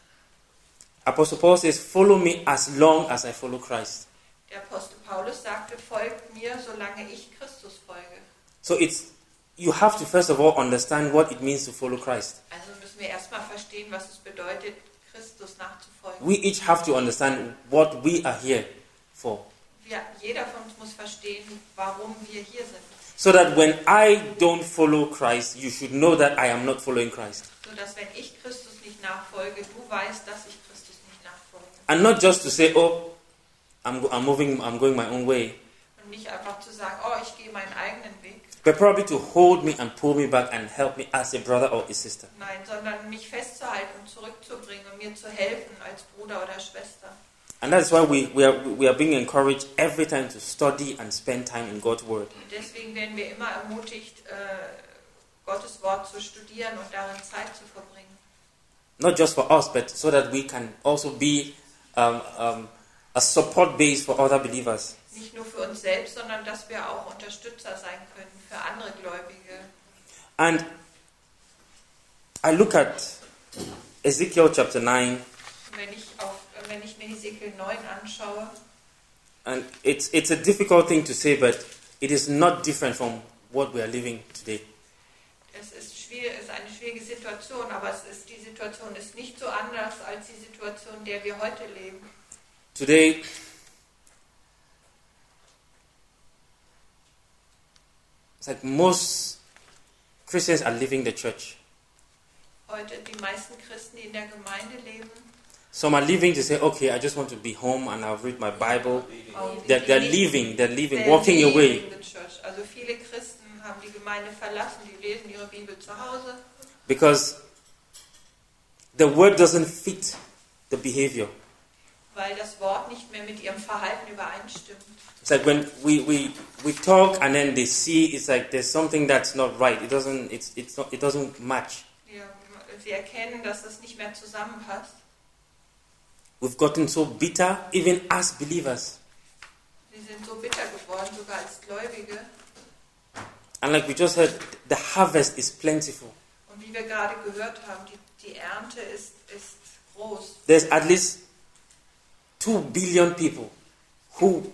Speaker 1: Apostle Paul says, Follow me as long as I follow Christ.
Speaker 2: Der Apostel Paulus sagte, folgt mir, solange ich Christus folge.
Speaker 1: So it's you have to first of all understand what it means to follow Christ.
Speaker 2: Also müssen wir erstmal verstehen, was es bedeutet, Christus nachzufolgen.
Speaker 1: We each have to understand what we are here for.
Speaker 2: Wir, jeder von uns muss verstehen, warum wir hier sind.
Speaker 1: So that when I don't follow Christ, you should know that I am not following Christ.
Speaker 2: sodass wenn ich Christus nicht nachfolge, du weißt, dass ich Christus nicht nachfolge.
Speaker 1: And not just to say, oh, I'm, go- I'm moving, I'm going my own way,
Speaker 2: Und nicht einfach zu sagen, oh, ich gehe meinen eigenen Weg.
Speaker 1: but probably to hold me and pull me back and help me as a brother or a sister.
Speaker 2: Nein, sondern mich festzuhalten und zurückzubringen und mir zu helfen als Bruder oder Schwester.
Speaker 1: And that's why we, we, are, we are being encouraged every time to study and spend time in God's Word.
Speaker 2: Und deswegen werden wir immer ermutigt, äh, Gottes Wort zu studieren und darin Zeit zu verbringen.
Speaker 1: Not just for us, but so that we can also be um, um, a support base for other believers.
Speaker 2: Nicht nur für uns selbst, sondern dass wir auch Unterstützer sein können für andere Gläubige.
Speaker 1: And I look at Ezekiel chapter 9,
Speaker 2: Und wenn ich, auf, wenn ich mir Hesekiel 9 anschaue,
Speaker 1: and it's, it's a difficult thing to say, but it is not different from what we are living today.
Speaker 2: Es ist, schwierig, es ist eine schwierige Situation, aber es ist, die Situation ist nicht so anders als die Situation, in der wir heute leben.
Speaker 1: Today, it's like most Christians are leaving the church.
Speaker 2: Heute die meisten Christen, die in der Gemeinde leben,
Speaker 1: Some are leaving to say, okay, I just want to be home and I'll read my Bible.
Speaker 2: auch
Speaker 1: They're, they're
Speaker 2: die-
Speaker 1: leaving, they're leaving,
Speaker 2: they're
Speaker 1: walking away.
Speaker 2: leaving the church. Also viele Christen haben die Gemeinde verlassen, die lesen ihre Bibel zu Hause,
Speaker 1: Because the word doesn't fit the behavior.
Speaker 2: weil das Wort nicht mehr mit ihrem Verhalten übereinstimmt.
Speaker 1: It's like when we, we, we talk and then they see it's like there's something that's not right. It doesn't it's, it's not, it doesn't match.
Speaker 2: Wir, sie erkennen, dass es nicht mehr zusammenpasst.
Speaker 1: We've gotten so bitter, even as believers.
Speaker 2: Sie sind so bitter geworden, sogar als Gläubige.
Speaker 1: And like we just heard, the harvest is plentiful.
Speaker 2: Und wie wir gerade gehört haben, die, Die Ernte ist, ist groß.
Speaker 1: There's at least 2 billion people who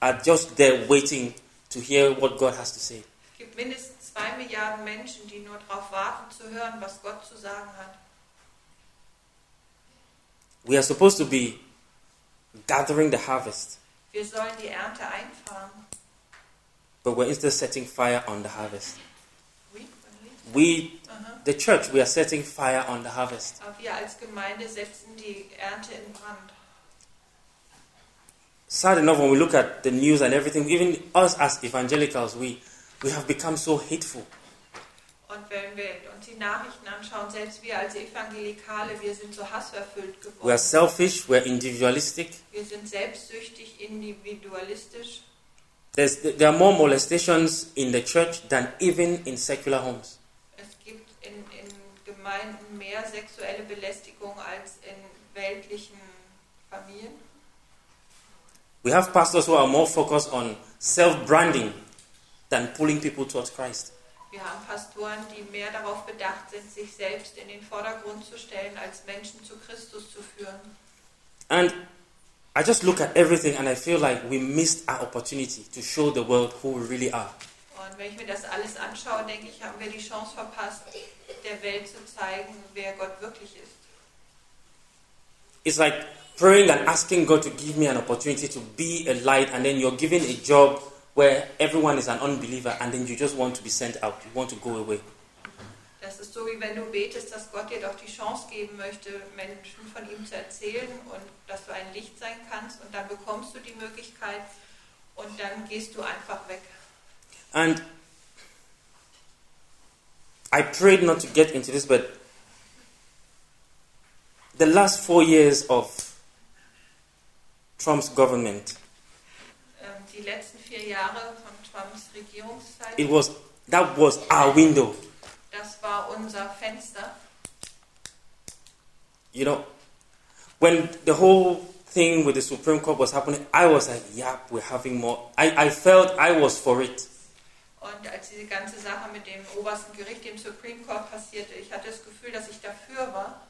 Speaker 1: are just there waiting to hear what God has to say.
Speaker 2: Es gibt mindestens zwei Milliarden Menschen, die nur darauf warten zu hören, was Gott zu sagen hat.
Speaker 1: We are supposed to be gathering the harvest,
Speaker 2: Wir sollen die Ernte einfahren.
Speaker 1: but we're instead setting fire on the harvest.
Speaker 2: Oui, oui.
Speaker 1: We,
Speaker 2: Aha.
Speaker 1: the church, we are setting fire on the harvest.
Speaker 2: Aber wir als Gemeinde setzen die Ernte in Brand.
Speaker 1: Sad enough, when we look at the news and everything, even us as evangelicals, we, we have become so hateful.
Speaker 2: Und wenn wir uns die Nachrichten anschauen, selbst wir als Evangelikale, wir sind so hasserfüllt
Speaker 1: We are
Speaker 2: geworden.
Speaker 1: selfish, we're individualistic.
Speaker 2: Wir sind selbstsüchtig, individualistisch.
Speaker 1: There's, there are more molestations in the church than even in secular homes.
Speaker 2: Es gibt in, in Gemeinden mehr sexuelle Belästigung als in weltlichen Familien.
Speaker 1: We have pastors who are more focused on self branding than pulling people towards Christ.
Speaker 2: Wir haben Pastoren, die mehr darauf bedacht sind, sich selbst in den Vordergrund zu stellen, als Menschen zu Christus zu führen.
Speaker 1: And I just look at everything and I feel like we missed our opportunity to show the world who we really are.
Speaker 2: Und wenn ich mir das alles anschaue, denke ich, haben wir die Chance verpasst, der Welt zu zeigen, wer Gott wirklich ist.
Speaker 1: It's like praying and asking God to give me an opportunity to be a light, and then you're given a job where everyone is an unbeliever, and then you just want to be sent out. You want to go away.
Speaker 2: Das ist so, wie wenn du betest, dass Gott dir doch die Chance geben möchte, Menschen von ihm zu erzählen und dass du ein Licht sein kannst und dann bekommst du die Möglichkeit und dann gehst du einfach weg.
Speaker 1: And I prayed not to get into this, but the last four years of Trump's government,
Speaker 2: Ähm, Die letzten vier Jahre von Trumps Regierungszeit,
Speaker 1: it was that was our window.
Speaker 2: das war unser Fenster.
Speaker 1: You know, when the whole thing with the Supreme Court was happening, I was like, "Yep, we're having more." I, I felt I was for it.
Speaker 2: Und als diese ganze Sache mit dem obersten Gericht, dem Supreme Court passierte, ich hatte das Gefühl, dass ich dafür war.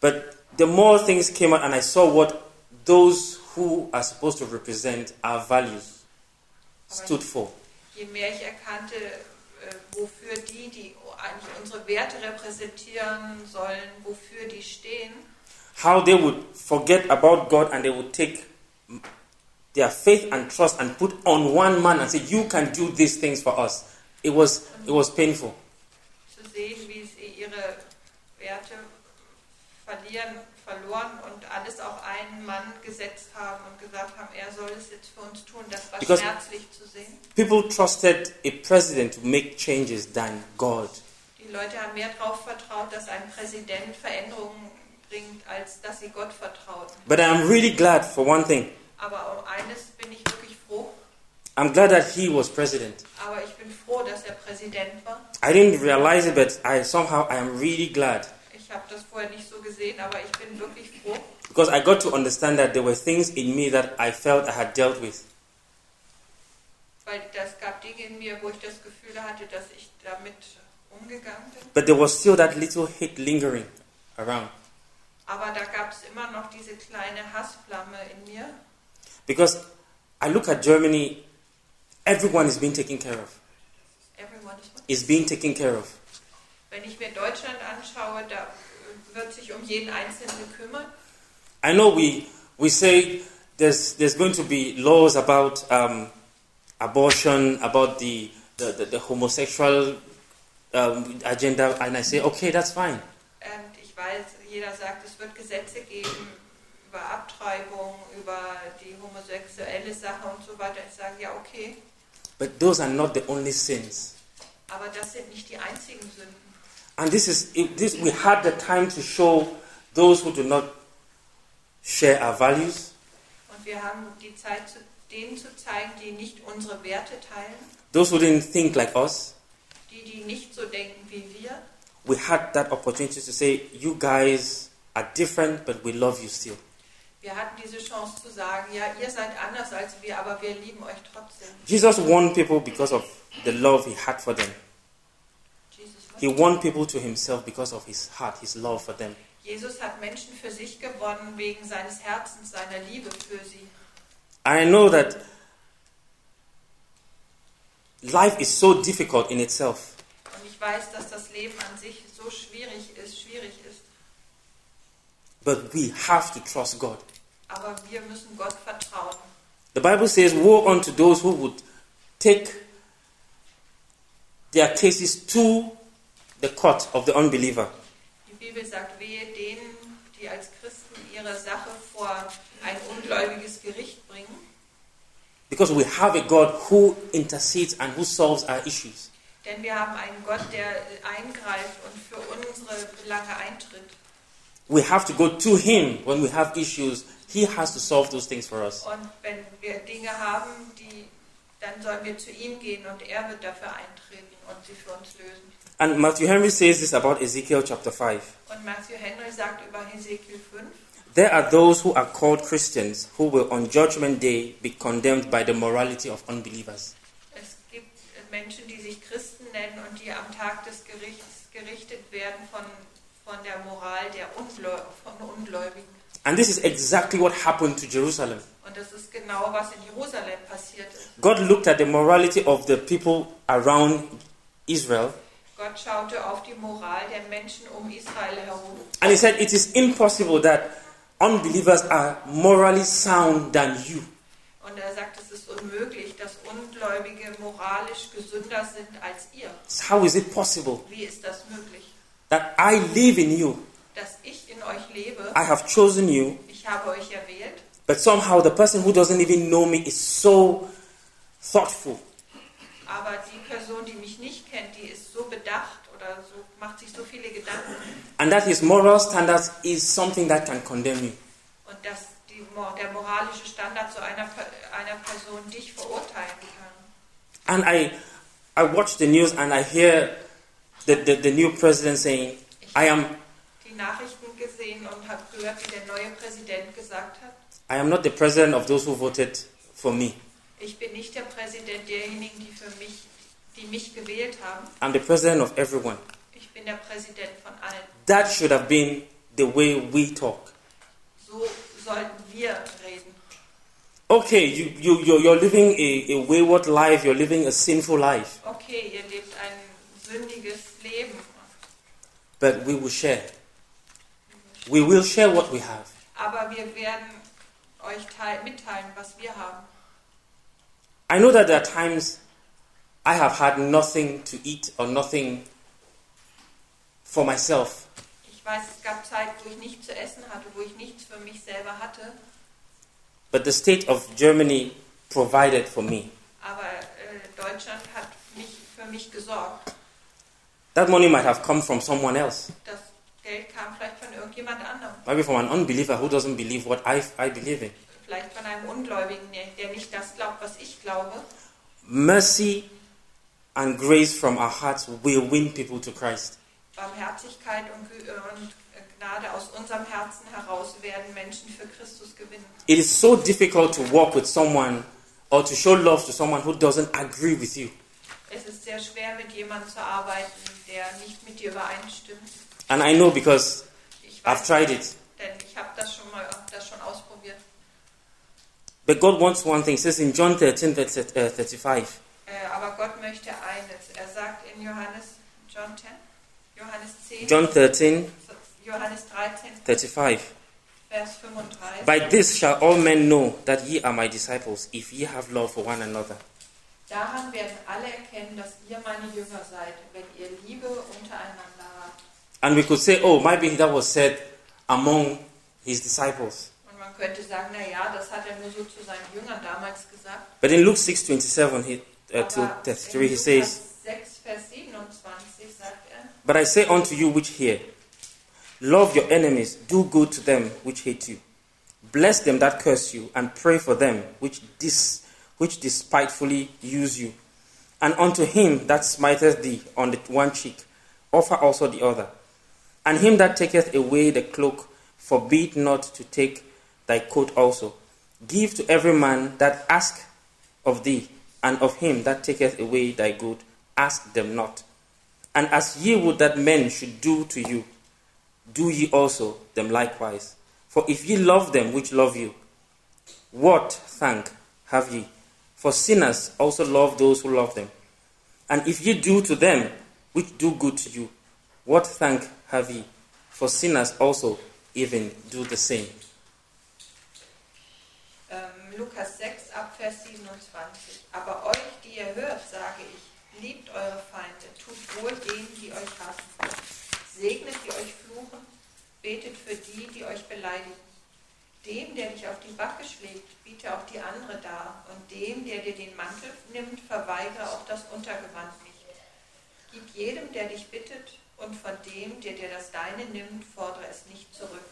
Speaker 1: But the more things came out, and I saw what those who are supposed to represent our values stood for.
Speaker 2: Je mehr ich erkannte, äh, wofür die, die eigentlich unsere Werte repräsentieren sollen, wofür die stehen,
Speaker 1: how they would forget about God and they would take their faith and trust and put on one man and say, "You can do these things for us." It was it was painful.
Speaker 2: zu sehen, wie sie ihre Werte verlieren, verloren und alles auf einen Mann gesetzt haben und gesagt haben, er soll es jetzt für uns tun. Das war
Speaker 1: Because-
Speaker 2: schmerzlich zu sehen.
Speaker 1: People trusted a president to make changes than God.
Speaker 2: Die Leute haben mehr darauf vertraut, dass ein Präsident Veränderungen bringt, als dass sie Gott vertrauten.
Speaker 1: But I'm really glad for one thing.
Speaker 2: Aber um eines bin ich wirklich froh.
Speaker 1: I'm glad that he was president.
Speaker 2: Aber ich bin froh, dass er Präsident war.
Speaker 1: I didn't realize it, but I somehow I am really glad
Speaker 2: Ich habe das vorher nicht so gesehen, aber ich bin wirklich froh,
Speaker 1: because I got to understand that there were things in me that I felt I had dealt with.
Speaker 2: weil das gab Dinge in mir, wo ich das Gefühl hatte, dass ich damit umgegangen bin.
Speaker 1: But there was still that little hate lingering around.
Speaker 2: Aber da gab es immer noch diese kleine Hassflamme in mir,
Speaker 1: Because I look at Germany, everyone is being taken care of.
Speaker 2: Everyone is one.
Speaker 1: Is being taken care of.
Speaker 2: wenn ich mir Deutschland anschaue, da äh, wird sich um jeden Einzelnen gekümmert.
Speaker 1: I know we, we say there's, there's going to be laws about um, abortion, about the, the, the, the homosexual um, agenda, and I say, okay, that's fine.
Speaker 2: Und ich weiß, jeder sagt, es wird Gesetze geben über Abtreibung, über die homosexuelle Sache und so weiter. Ich sage, ja, okay,
Speaker 1: But those are not the only sins.
Speaker 2: aber das sind nicht die einzigen Sünden.
Speaker 1: And this is it- this. We had the time to show those who do not share our values,
Speaker 2: Und wir haben die Zeit, zu, denen zu zeigen, die nicht unsere Werte teilen,
Speaker 1: those who didn't think like us,
Speaker 2: die, die nicht so denken wie wir.
Speaker 1: we had that opportunity to say, you guys are different, but we love you still.
Speaker 2: Wir hatten diese Chance zu sagen, ja, ihr seid anders als wir, aber wir lieben euch trotzdem.
Speaker 1: Jesus won people because of the love he had for them.
Speaker 2: Jesus
Speaker 1: He won people to himself because of his heart, his love for them.
Speaker 2: Jesus hat Menschen für sich gewonnen wegen seines Herzens, seiner Liebe für sie.
Speaker 1: And I know that life is so difficult in itself.
Speaker 2: Und ich weiß, dass das Leben an sich so schwierig ist, schwierig ist.
Speaker 1: But we have to trust God.
Speaker 2: Aber wir müssen Gott vertrauen.
Speaker 1: The Bible says, Woe unto those who would take their cases to the court of the unbeliever.
Speaker 2: Die Bibel sagt, wehe denen, die als Christen ihre Sache vor ein ungläubiges Gericht bringen.
Speaker 1: Because we have a God who intercedes and who solves our issues.
Speaker 2: Denn wir haben einen Gott, der eingreift und für unsere Belange eintritt.
Speaker 1: We have to go to Him when we have issues. He has to solve those things for us.
Speaker 2: Und wenn wir Dinge haben, die, dann sollen wir zu ihm gehen und er wird dafür eintreten und sie für uns lösen.
Speaker 1: And Matthew Henry says this about Ezekiel chapter 5.
Speaker 2: Und Matthew Henry sagt über Hesekiel 5,
Speaker 1: There are those who are called Christians who will on judgment day be condemned by the morality of unbelievers.
Speaker 2: es gibt Menschen, die sich Christen nennen und die am Tag des Gerichts gerichtet werden von, von der Moral der Ungläu von Ungläubigen.
Speaker 1: And this is exactly what happened to Jerusalem.
Speaker 2: Und das ist genau, was in Jerusalem passiert ist.
Speaker 1: God looked at the morality of the people around Israel
Speaker 2: Gott schaute auf die Moral der Menschen um Israel herum
Speaker 1: and he said, It is impossible that unbelievers are morally sound than you.
Speaker 2: und er sagt, es ist unmöglich, dass Ungläubige moralisch gesünder sind als ihr.
Speaker 1: So How is it possible
Speaker 2: Wie ist das möglich?
Speaker 1: that I live in you?
Speaker 2: Dass ich in euch lebe,
Speaker 1: I have chosen you,
Speaker 2: ich habe euch erwählt,
Speaker 1: but somehow the person who doesn't even know me is so thoughtful
Speaker 2: aber die Person, die mich nicht kennt, die ist so bedacht oder so, macht sich so viele Gedanken
Speaker 1: and that his moral standards is something that can condemn you.
Speaker 2: und dass die, Mo- der moralische Standard zu einer, Per- einer Person dich verurteilen
Speaker 1: And
Speaker 2: kann.
Speaker 1: I, I watch the news and I hear the, the, the new president saying, I am,
Speaker 2: Die Nachrichten gesehen und habe gehört, wie der neue Präsident gesagt hat,
Speaker 1: I am not the president of those who voted for me.
Speaker 2: Ich bin nicht der Präsident derjenigen, die für mich, die mich gewählt haben.
Speaker 1: I'm the president of everyone.
Speaker 2: Ich bin der Präsident von allen.
Speaker 1: That should have been the way we talk.
Speaker 2: So sollten wir reden.
Speaker 1: Okay, you, you, you're, you're living a, a wayward life, you're living a sinful life,
Speaker 2: Okay, ihr lebt ein sündiges Leben,
Speaker 1: but we will share. We will share what we have.
Speaker 2: aber wir werden euch teil mitteilen, was wir haben.
Speaker 1: I know that there are times I have had nothing to eat or nothing for myself.
Speaker 2: Ich weiß, es gab Zeit, wo ich nichts zu essen hatte, wo ich nichts für mich selber hatte,
Speaker 1: But the state of Germany provided for me.
Speaker 2: aber äh, Deutschland hat mich für mich gesorgt.
Speaker 1: That money might have come from someone else,
Speaker 2: Das Geld kam vielleicht von irgendjemand anderem.
Speaker 1: maybe from an unbeliever who doesn't believe what I, I believe in.
Speaker 2: Vielleicht von einem Ungläubigen, der- der nicht das glaubt, was ich glaube.
Speaker 1: Mercy and grace from our hearts will win people to Christ.
Speaker 2: Barmherzigkeit und, Gü- äh, und Gnade aus unserem Herzen heraus werden Menschen für Christus gewinnen.
Speaker 1: It is so difficult to walk with someone or to show love to someone who doesn't agree with you.
Speaker 2: Es ist sehr schwer, mit jemandem zu arbeiten, der nicht mit dir übereinstimmt.
Speaker 1: And I know because
Speaker 2: Ich
Speaker 1: I've tried it.
Speaker 2: denn ich habe das schon mal hab das schon ausprobiert.
Speaker 1: But God wants one thing. It says in John 13, verse uh, 35,
Speaker 2: Äh, aber Gott möchte eines. Er sagt in Johannes John 10, Johannes 10,
Speaker 1: John 13,
Speaker 2: Johannes 13,
Speaker 1: 35.
Speaker 2: Vers 35.
Speaker 1: By this shall all men know that ye are my disciples, if ye have love for one another.
Speaker 2: Daran werden alle erkennen, dass ihr meine Jünger seid, wenn ihr Liebe untereinander habt.
Speaker 1: And we could say, oh, maybe that was said among his disciples.
Speaker 2: Und man könnte sagen, na ja, das hat er nur so zu seinen Jüngern damals gesagt.
Speaker 1: But in Luke 6 27 he, uh,
Speaker 2: Aber
Speaker 1: to
Speaker 2: in
Speaker 1: 33, he
Speaker 2: Lukas
Speaker 1: says,
Speaker 2: 6, Vers 27 sagt er,
Speaker 1: But I say unto you which hear, love your enemies, do good to them which hate you, bless them that curse you, and pray for them which, dis, which despitefully use you. And unto him that smiteth thee on the one cheek, offer also the other. And him that taketh away the cloak, forbid not to take thy coat also. Give to every man that ask of thee, and of him that taketh away thy good, ask them not. And as ye would that men should do to you, do ye also them likewise. For if ye love them which love you, what thank have ye? For sinners also love those who love them. And if ye do to them which do good to you, what thank have ye? For sinners also even do the same.
Speaker 2: Ähm, Lukas 6 ab Vers 27. Aber euch, die ihr hört, sage ich, liebt eure Feinde, tut wohl denen, die euch hassen, segnet, die euch fluchen, betet für die, die euch beleidigen. Dem, der dich auf die Backe schlägt, biete auch die andere dar, und dem, der dir den Mantel nimmt, verweigere auch das Untergewand nicht. Gib jedem, der dich bittet, und von dem, der dir das Deine nimmt, fordere es nicht zurück.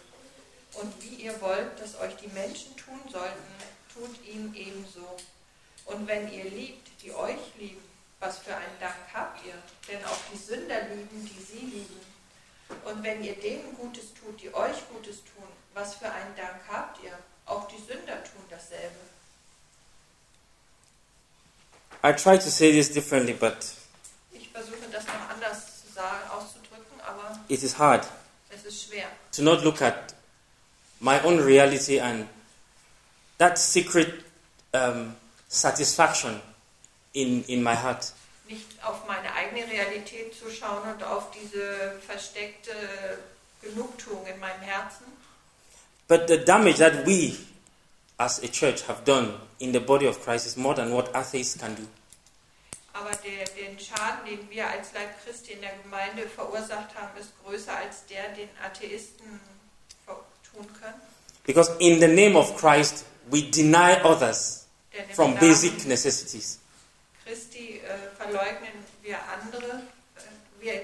Speaker 2: Und wie ihr wollt, dass euch die Menschen tun sollten, tut ihnen ebenso. Und wenn ihr liebt, die euch lieben, was für einen Dank habt ihr? Denn auch die Sünder lieben, die sie lieben. Und wenn ihr denen Gutes tut, die euch Gutes tun, was für einen Dank habt ihr? Auch die Sünder tun dasselbe.
Speaker 1: I try to say this differently, but
Speaker 2: Ich versuche das noch anders zu sagen, auszudrücken, aber
Speaker 1: it is hard
Speaker 2: es ist schwer.
Speaker 1: to not look at my own reality and that secret um, satisfaction in, in my heart.
Speaker 2: Nicht auf meine eigene Realität zu schauen und auf diese versteckte Genugtuung in meinem Herzen,
Speaker 1: But the damage that we as a church have done in the body of Christ is more than what atheists can do.
Speaker 2: Aber der, den Schaden, den wir als Leib Christi in der Gemeinde verursacht haben, ist größer als der, den Atheisten ver- tun können.
Speaker 1: Because in the name of Christ, we deny others
Speaker 2: Denn im
Speaker 1: from
Speaker 2: Namen
Speaker 1: basic necessities.
Speaker 2: Christi äh, verleugnen wir andere, äh, wir äh,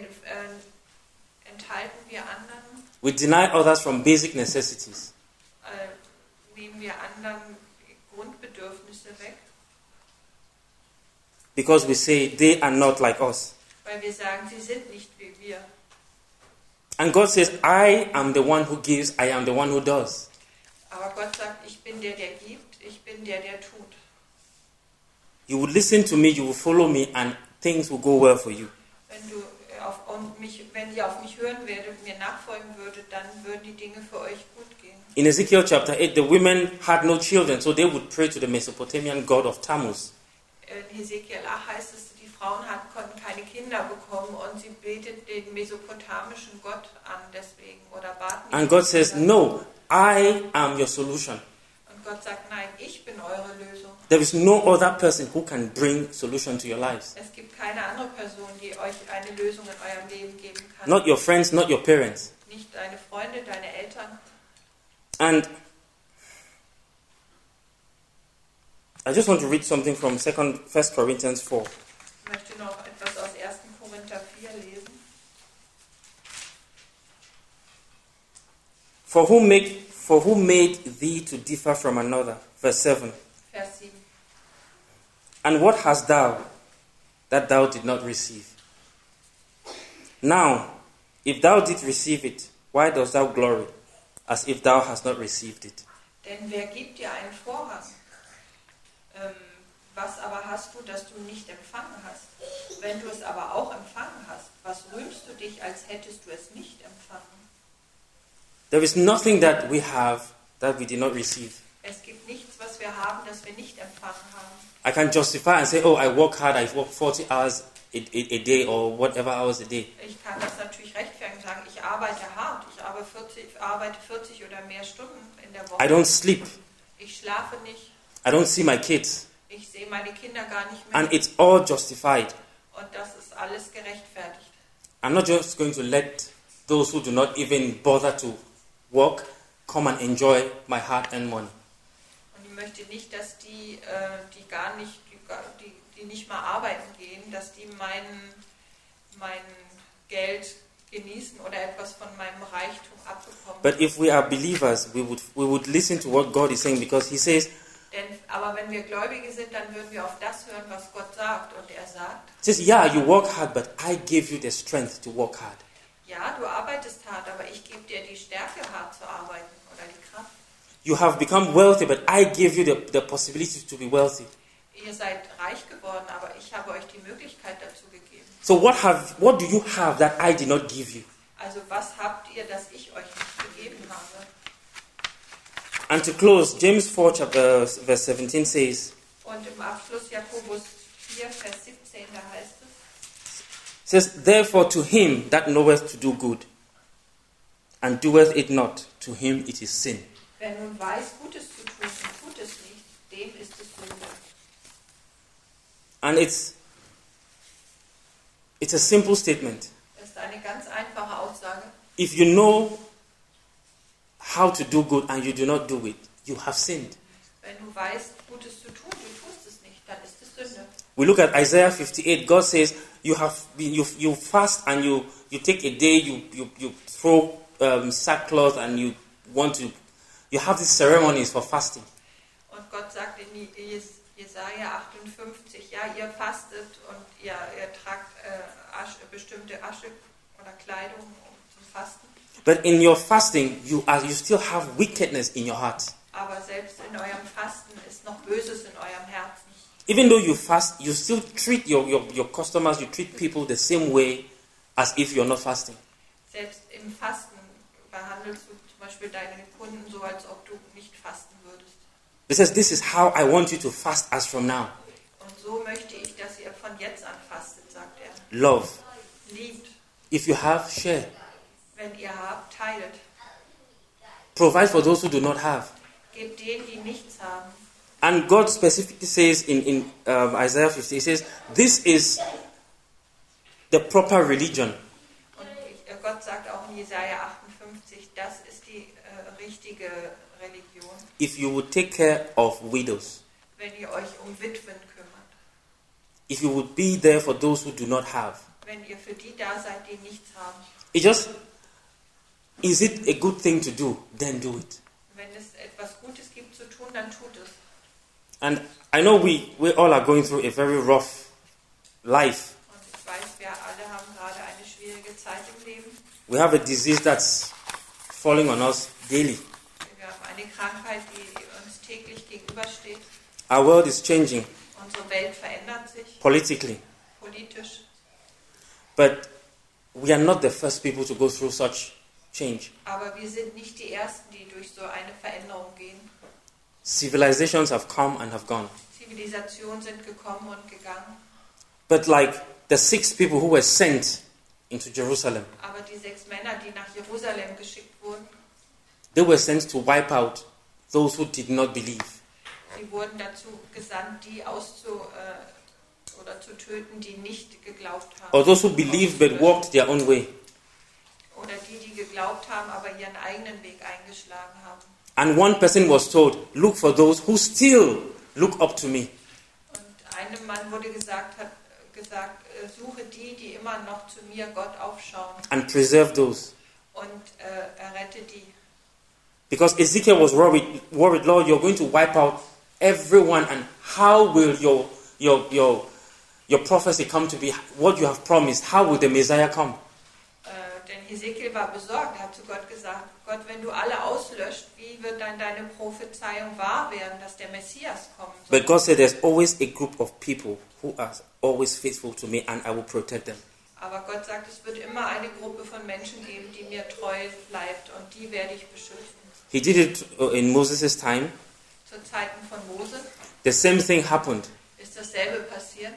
Speaker 2: enthalten wir anderen,
Speaker 1: We deny others from basic necessities.
Speaker 2: äh, nehmen wir anderen Grundbedürfnisse weg,
Speaker 1: Because we say they are not like us.
Speaker 2: weil wir sagen, sie sind nicht wie wir.
Speaker 1: And God says, I am the one who gives, I am the one who does.
Speaker 2: Aber Gott sagt, ich bin der, der gibt, ich bin der, der tut.
Speaker 1: You will listen to me, you will follow me, and things will go well for you.
Speaker 2: Wenn du äh, auf und mich, wenn ihr auf mich hören werdet und mir nachfolgen würdet, dann würden die Dinge für euch gut gehen.
Speaker 1: In Ezekiel chapter 8, the women had no children, so they would pray to the Mesopotamian god of Tammuz.
Speaker 2: In Hesekiel 8 heißt es, die Frauen hatten, konnten keine Kinder bekommen und sie beteten den mesopotamischen Gott an deswegen oder baten. ihn
Speaker 1: And God
Speaker 2: um
Speaker 1: says,
Speaker 2: Kinder.
Speaker 1: No, I am your solution.
Speaker 2: Und Gott sagt, nein, ich bin eure Lösung.
Speaker 1: There is no other person who can bring solution to your lives.
Speaker 2: Es gibt keine andere Person, die euch eine Lösung in eurem Leben geben kann.
Speaker 1: Not your friends, not your parents.
Speaker 2: Nicht deine Freunde, deine Eltern.
Speaker 1: And I just want to read something from Second, First Corinthians 4.
Speaker 2: Ich möchte noch etwas aus 1. Korinther 4 lesen.
Speaker 1: For who make for who made thee to differ from another? Verse seven.
Speaker 2: Vers 7.
Speaker 1: And what hast thou that thou did not receive? Now, if thou didst receive it, why dost thou glory, as if thou hast not received it?
Speaker 2: Denn wer gibt dir einen Vorhang? Ähm, was aber hast du, das du nicht empfangen hast? Wenn du es aber auch empfangen hast, was rühmst du dich, als hättest du es nicht empfangen?
Speaker 1: There is nothing that we have that we did not receive.
Speaker 2: Es gibt nichts, was wir haben, das wir nicht empfangen haben.
Speaker 1: I can justify and say, oh, I work hard, I work 40 hours a, a, a day or whatever hours a day.
Speaker 2: Ich kann das natürlich rechtfertigen und sagen, ich arbeite hart, ich arbeite 40, arbeite 40 oder mehr Stunden in der
Speaker 1: I
Speaker 2: Woche.
Speaker 1: don't sleep.
Speaker 2: Ich schlafe nicht,
Speaker 1: I don't see my kids.
Speaker 2: ich sehe meine Kinder gar nicht mehr.
Speaker 1: And it's all justified.
Speaker 2: Und das ist alles gerechtfertigt.
Speaker 1: I'm not just going to let those who do not even bother to work come and enjoy my hard earned money.
Speaker 2: Und ich möchte nicht, dass die, äh, die gar nicht, die, gar- die, die nicht mal arbeiten gehen, dass die mein, mein Geld genießen oder etwas von meinem Reichtum abbekommen.
Speaker 1: But if we are believers, we would, we would listen to what God is saying because He says,
Speaker 2: Denn, aber wenn wir Gläubige sind, dann würden wir auf das hören, was Gott sagt. Und er sagt,
Speaker 1: says Yeah, you work hard, but I gave you the strength to work hard.
Speaker 2: ja, du arbeitest hart, aber ich gebe dir die Stärke, hart zu arbeiten oder die Kraft.
Speaker 1: You have become wealthy, but I gave you the, the possibility to be wealthy.
Speaker 2: Ihr seid reich geworden, aber ich habe euch die Möglichkeit dazu gegeben.
Speaker 1: So what have what do you have that I did not give you?
Speaker 2: Also was habt ihr, das ich euch nicht gegeben habe?
Speaker 1: And to close, James 4 chapter verse 17 says,
Speaker 2: Und im Abschluss Jakobus 4, Vers 17, da heißt es,
Speaker 1: says, Therefore to him that knoweth to do good and doeth it not, to him it is sin.
Speaker 2: Wer nun weiß, Gutes zu tun und tut es nicht, dem ist es Sünde.
Speaker 1: And it's it's a simple statement.
Speaker 2: Das ist eine ganz einfache Aussage.
Speaker 1: If you know how to do good and you do not do it, you have sinned.
Speaker 2: Wenn du weißt, Gutes zu tun, du tust es nicht, dann ist es Sünde.
Speaker 1: We look at Isaiah 58. God says, "You have been, you, you fast and you you take a day, you you, you throw um, sackcloth and you want to, you have these ceremonies for fasting."
Speaker 2: Und Gott sagt in Jes- Jesaja 58, ja, ihr fastet und ihr, ihr tragt äh, Asche, bestimmte Asche oder Kleidung um zum Fasten.
Speaker 1: But in your fasting, you are you still have wickedness in your heart.
Speaker 2: Aber selbst in eurem Fasten ist noch Böses in eurem Herzen.
Speaker 1: Even though you fast, you still treat your, your, your customers, you treat people the same way as if you're not fasting.
Speaker 2: Selbst im Fasten behandelst du zum Beispiel deine Kunden so, als ob du nicht fasten würdest.
Speaker 1: He says, This is how I want you to fast as from now.
Speaker 2: Und so möchte ich, dass ihr von jetzt an fastet, sagt er.
Speaker 1: Love.
Speaker 2: Liebt,
Speaker 1: If you have, share.
Speaker 2: wenn ihr habt, teilt.
Speaker 1: Provide for those who do not have.
Speaker 2: Gebt denen, die nichts haben.
Speaker 1: And God specifically says in, in um, Isaiah 50, He says, This is the proper religion.
Speaker 2: Und ich- äh, Gott sagt auch in Jesaja 58, das ist die äh, richtige Religion,
Speaker 1: If you would take care of widows,
Speaker 2: wenn ihr euch um Witwen kümmert,
Speaker 1: if you would be there for those who do not have.
Speaker 2: wenn ihr für die da seid, die nichts haben.
Speaker 1: It just, is it a good thing to do? Then do it.
Speaker 2: Wenn es etwas Gutes gibt zu tun, dann tut es.
Speaker 1: And I know we, we all are going through a very rough life.
Speaker 2: Und ich weiß, wir alle haben gerade eine schwierige Zeit im Leben.
Speaker 1: We have a disease that's falling on us daily.
Speaker 2: Wir haben eine Krankheit, die uns täglich gegenübersteht.
Speaker 1: Our world is changing
Speaker 2: Unsere Welt verändert sich
Speaker 1: politically,
Speaker 2: politisch.
Speaker 1: but we are not the first people to go through such change.
Speaker 2: Aber wir sind nicht die Ersten, die durch so eine Veränderung gehen.
Speaker 1: Civilizations have come and have gone.
Speaker 2: Zivilisationen sind gekommen und gegangen.
Speaker 1: But like the six people who were sent into Jerusalem,
Speaker 2: Aber die sechs Männer, die nach Jerusalem geschickt wurden,
Speaker 1: they were sent to wipe out those who did not believe.
Speaker 2: die wurden dazu gesandt, die auszu äh, oder zu töten, die nicht geglaubt haben.
Speaker 1: Or those who believed but walked their own way.
Speaker 2: Oder die, die geglaubt haben, aber ihren eigenen Weg eingeschlagen haben.
Speaker 1: And one person was told, Look for those who still look up to me.
Speaker 2: Und einem Mann wurde gesagt, hat äh, gesagt, äh, suche die, die immer noch zu mir Gott aufschauen
Speaker 1: and preserve those.
Speaker 2: und äh, errette die.
Speaker 1: Because Ezekiel was worried, worried, Lord, you're going to wipe out everyone, and how will your, your, your, your prophecy come to be? What you have promised, how will the Messiah come?
Speaker 2: Äh, denn Hesekiel war besorgt, er hat zu Gott gesagt, Gott, wenn du alle auslöscht, wie wird dann deine Prophezeiung wahr werden, dass der Messias kommen soll?
Speaker 1: But God said, There's always a group of people who are always faithful to me, and I will protect them.
Speaker 2: Aber Gott sagt, es wird immer eine Gruppe von Menschen geben, die mir treu bleibt und die werde ich beschützen.
Speaker 1: He did it uh, in Moses' time.
Speaker 2: Zu Zeiten von Mose
Speaker 1: The same thing happened
Speaker 2: ist dasselbe passiert.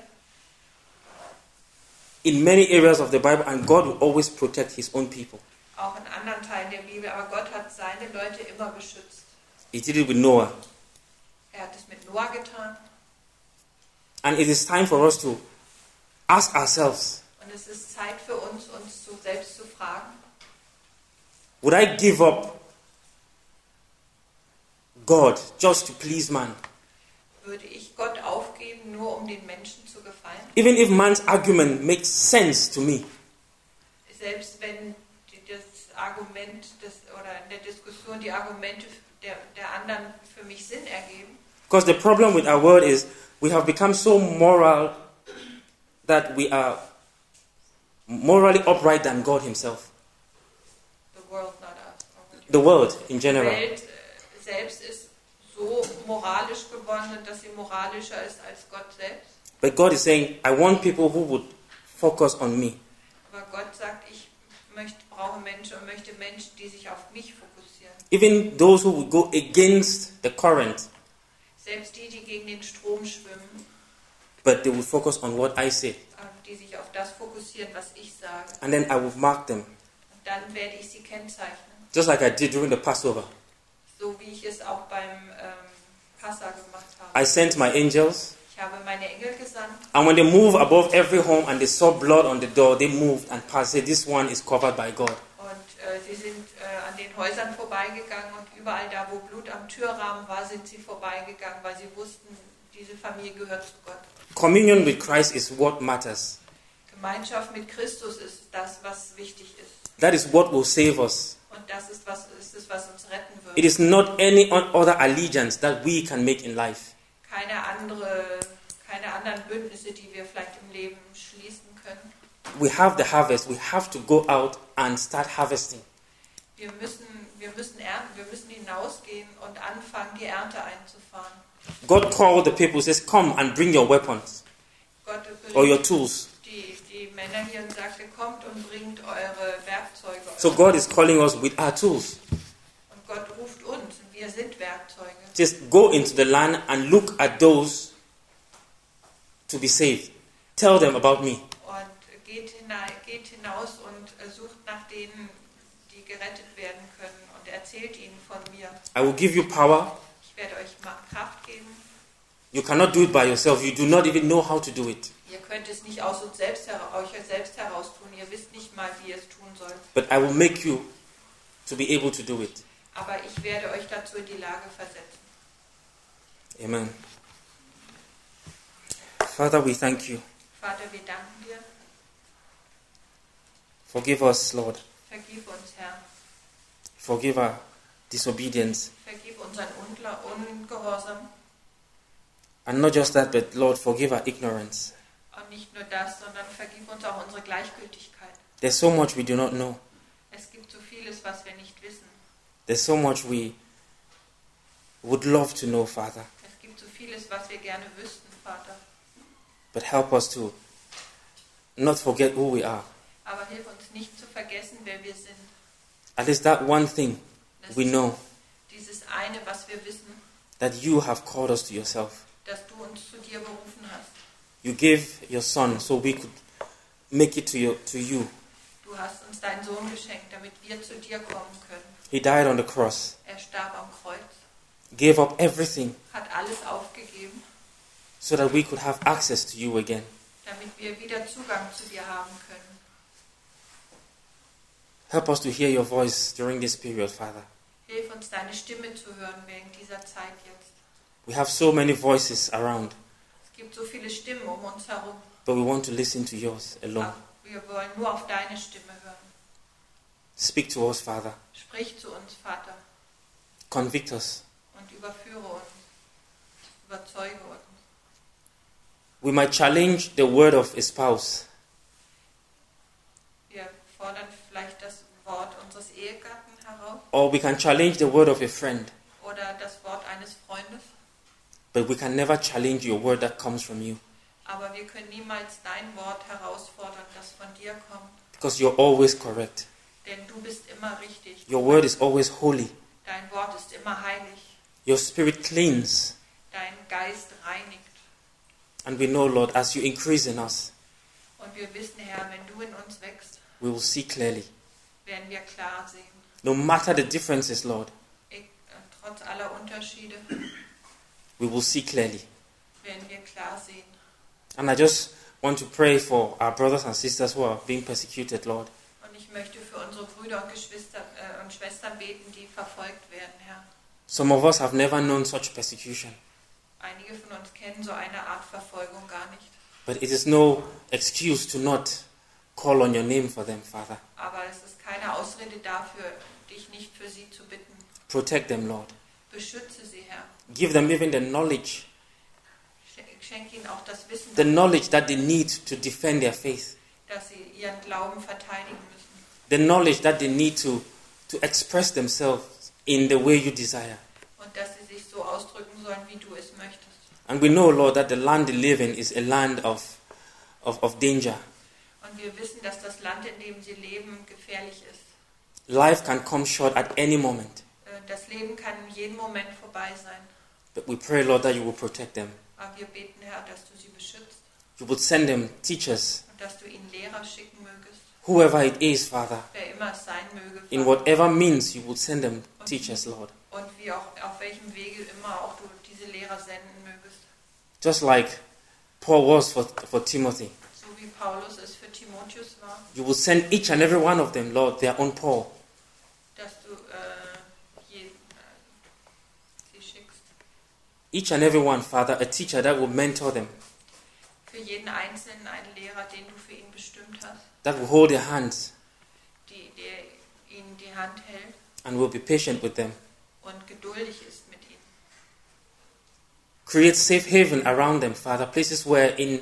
Speaker 1: in many areas of the Bible, and God will always protect his own people.
Speaker 2: Auch in anderen Teilen der Bibel, aber Gott hat seine Leute immer beschützt.
Speaker 1: He did it with Noah.
Speaker 2: Er hat es mit Noah getan
Speaker 1: And it is time for us to ask ourselves
Speaker 2: und es ist Zeit für uns, uns zu, selbst zu fragen,
Speaker 1: Would I give up God just to please man?
Speaker 2: würde ich Gott aufgeben, nur um den Menschen zu gefallen?
Speaker 1: Even if man's argument makes sense to me,
Speaker 2: Selbst wenn die, das Argument des, oder in der Diskussion die Argumente der, der anderen für mich Sinn ergeben,
Speaker 1: because the problem with our world is we have become so moral that we are morally upright than God Himself.
Speaker 2: the world not us.
Speaker 1: The world in
Speaker 2: Die
Speaker 1: general.
Speaker 2: Welt äh, selbst ist so moralisch geworden, dass sie moralischer ist als Gott selbst.
Speaker 1: But God is saying, I want people who would focus on me.
Speaker 2: Aber Gott sagt, ich möchte, brauche Menschen und möchte Menschen, die sich auf mich fokussieren.
Speaker 1: Even those who would go against the current,
Speaker 2: Selbst die, die gegen den Strom schwimmen,
Speaker 1: but they will focus on what I say.
Speaker 2: äh, die sich auf das fokussieren, was ich sage.
Speaker 1: And then I will mark them,
Speaker 2: Und dann werde ich sie kennzeichnen.
Speaker 1: just like I did during the Passover.
Speaker 2: So wie ich es auch beim ähm, Passa gemacht habe.
Speaker 1: I sent my angels,
Speaker 2: Ich habe meine Engel gesandt
Speaker 1: and when they moved above every home and they saw blood on the door, they moved and passed, said, This one is covered by God.
Speaker 2: und äh, sie sind äh, an den Häusern vorbeigegangen und überall da, wo Blut am Türrahmen war, sind sie vorbeigegangen, weil sie wussten, diese Familie gehört zu Gott.
Speaker 1: Communion with Christ is what matters.
Speaker 2: Gemeinschaft mit Christus ist das, was wichtig ist.
Speaker 1: That is what will save us.
Speaker 2: Und das ist, was, ist es, was uns retten
Speaker 1: It
Speaker 2: wird.
Speaker 1: is not any o- other allegiance that we can make in life.
Speaker 2: Keine, andere, keine anderen Bündnisse, die wir vielleicht im Leben schließen können.
Speaker 1: We have the harvest. We have to go out and start harvesting.
Speaker 2: Wir müssen, wir müssen ernten, wir müssen hinausgehen und anfangen, die Ernte einzufahren.
Speaker 1: God called the people, says, Come and bring your weapons
Speaker 2: Gott
Speaker 1: or your
Speaker 2: berichtet
Speaker 1: tools.
Speaker 2: die, die Männer hier und sagte, kommt und bringt eure Werkzeuge.
Speaker 1: So
Speaker 2: eure-
Speaker 1: God is calling us with our tools.
Speaker 2: und Gott ruft uns, und wir sind Werkzeuge.
Speaker 1: Just go into the land and look at those to be saved. Tell them about me.
Speaker 2: Und geht, hinein, geht hinaus und äh, sucht nach denen, die gerettet werden können und erzählt ihnen von mir.
Speaker 1: I will give you power.
Speaker 2: Ich werde euch Ma- Kraft geben.
Speaker 1: You cannot do it by yourself. You do not even know how to do it.
Speaker 2: Ihr könnt es nicht aus uns selbst, hera- euch selbst heraus tun. Ihr wisst nicht mal, wie ihr es tun sollt.
Speaker 1: But I will make you to be able to do it.
Speaker 2: Aber ich werde euch dazu in die Lage versetzen.
Speaker 1: Amen. Father, we thank you.
Speaker 2: Vater, wir danken dir.
Speaker 1: Forgive us, Lord.
Speaker 2: Vergib uns, Herr.
Speaker 1: Forgive our disobedience.
Speaker 2: Vergib unseren Ungla- Ungehorsam.
Speaker 1: And not just that, but Lord, forgive our ignorance.
Speaker 2: Und nicht nur das, sondern vergib uns auch unsere Gleichgültigkeit.
Speaker 1: There's so much we do not know.
Speaker 2: Es gibt so vieles, was wir nicht wissen.
Speaker 1: There's so much we would love to know, Father.
Speaker 2: Es gibt so vieles, was wir gerne wüssten, Vater.
Speaker 1: But help us to not forget who we are.
Speaker 2: Aber hilf uns nicht zu vergessen, wer wir sind.
Speaker 1: At least that one thing
Speaker 2: Das
Speaker 1: we
Speaker 2: ist
Speaker 1: know
Speaker 2: dieses eine, was wir wissen,
Speaker 1: that you have called us to yourself.
Speaker 2: dass du uns zu dir berufen hast.
Speaker 1: You gave your son so we could make it to, your, to you.
Speaker 2: Du hast uns deinen Sohn geschenkt, damit wir zu dir kommen können.
Speaker 1: He died on the cross,
Speaker 2: Er starb am Kreuz,
Speaker 1: gave up everything
Speaker 2: hat alles aufgegeben,
Speaker 1: so that we could have access to you again.
Speaker 2: damit wir wieder Zugang zu dir haben können.
Speaker 1: Help us to hear your voice during this period, Father.
Speaker 2: Hilf uns, deine Stimme zu hören während dieser Zeit jetzt.
Speaker 1: We have so many voices around,
Speaker 2: Es gibt so viele Stimmen um uns herum,
Speaker 1: but we want to listen to yours alone.
Speaker 2: aber wir wollen nur auf deine Stimme hören.
Speaker 1: Speak to us, Father.
Speaker 2: Sprich zu uns, Vater,
Speaker 1: Convict us.
Speaker 2: und überführe uns, überzeuge uns.
Speaker 1: We might challenge the word of a spouse,
Speaker 2: Wir fordern vielleicht das Wort unseres Ehegatten heraus
Speaker 1: or we can challenge the word of a friend,
Speaker 2: oder das Wort eines Freundes,
Speaker 1: but we can never challenge your word that comes from you
Speaker 2: aber wir können niemals dein Wort herausfordern, das von dir kommt,
Speaker 1: because you're always correct.
Speaker 2: denn du bist immer richtig.
Speaker 1: Your word is always holy.
Speaker 2: Dein Wort ist immer heilig.
Speaker 1: Your spirit cleans.
Speaker 2: Dein Geist reinigt.
Speaker 1: And we know, Lord, as you increase in us,
Speaker 2: Und wir wissen, Herr, wenn du in uns wächst,
Speaker 1: we will see clearly.
Speaker 2: werden wir klar sehen.
Speaker 1: No matter the differences, Lord,
Speaker 2: Ich, äh, trotz aller Unterschiede
Speaker 1: we will see clearly.
Speaker 2: werden wir klar sehen.
Speaker 1: And I just want to pray for our brothers and sisters who are being persecuted, Lord.
Speaker 2: Und ich möchte für unsere Brüder und Geschwister äh, und Schwestern beten, die verfolgt werden, Herr.
Speaker 1: Some of us have never known such persecution,
Speaker 2: Einige von uns kennen so eine Art Verfolgung gar nicht.
Speaker 1: but it is no excuse to not call on your name for them, Father.
Speaker 2: Aber es ist keine Ausrede dafür, dich nicht für sie zu bitten.
Speaker 1: Protect them, Lord.
Speaker 2: Beschütze sie, Herr.
Speaker 1: Give them even the knowledge,
Speaker 2: Schen- Schenke ihnen auch das Wissen,
Speaker 1: the knowledge that they need to defend their faith,
Speaker 2: dass sie ihren Glauben verteidigen müssen.
Speaker 1: the knowledge that they need to, to express themselves in the way you desire.
Speaker 2: Und dass sie sich so ausdrücken sollen, wie du es möchtest.
Speaker 1: And we know, Lord, that the land they live in is a land of, of, of danger.
Speaker 2: Und wir wissen, dass das Land, in dem sie leben, gefährlich ist.
Speaker 1: Life can come short at any moment.
Speaker 2: Äh, Das Leben kann jeden Moment vorbei sein.
Speaker 1: But we pray, Lord, that you will protect them.
Speaker 2: Aber wir beten, Herr, dass du sie beschützt
Speaker 1: You will send them teachers,
Speaker 2: und dass du ihnen Lehrer schicken mögest,
Speaker 1: whoever it is, Father.
Speaker 2: wer immer es sein möge.
Speaker 1: In
Speaker 2: Vater.
Speaker 1: whatever means, you will send them teachers, Lord.
Speaker 2: Und wie auch auf welchem Wege immer auch du diese Lehrer senden mögest.
Speaker 1: Just like Paul was for, for Timothy.
Speaker 2: So wie Paulus es für Timotheus war,
Speaker 1: You will send each and every one of them, Lord, their own Paul.
Speaker 2: dass du äh, je, äh, sie schickst.
Speaker 1: Each and every one, Father, a teacher that will mentor them,
Speaker 2: Für jeden Einzelnen einen Lehrer, den du für ihn bestimmt hast,
Speaker 1: that will hold their hands
Speaker 2: die, der ihnen die Hand hält
Speaker 1: and will be patient with them.
Speaker 2: und geduldig ist mit ihnen.
Speaker 1: Create safe haven around them, Father, places where in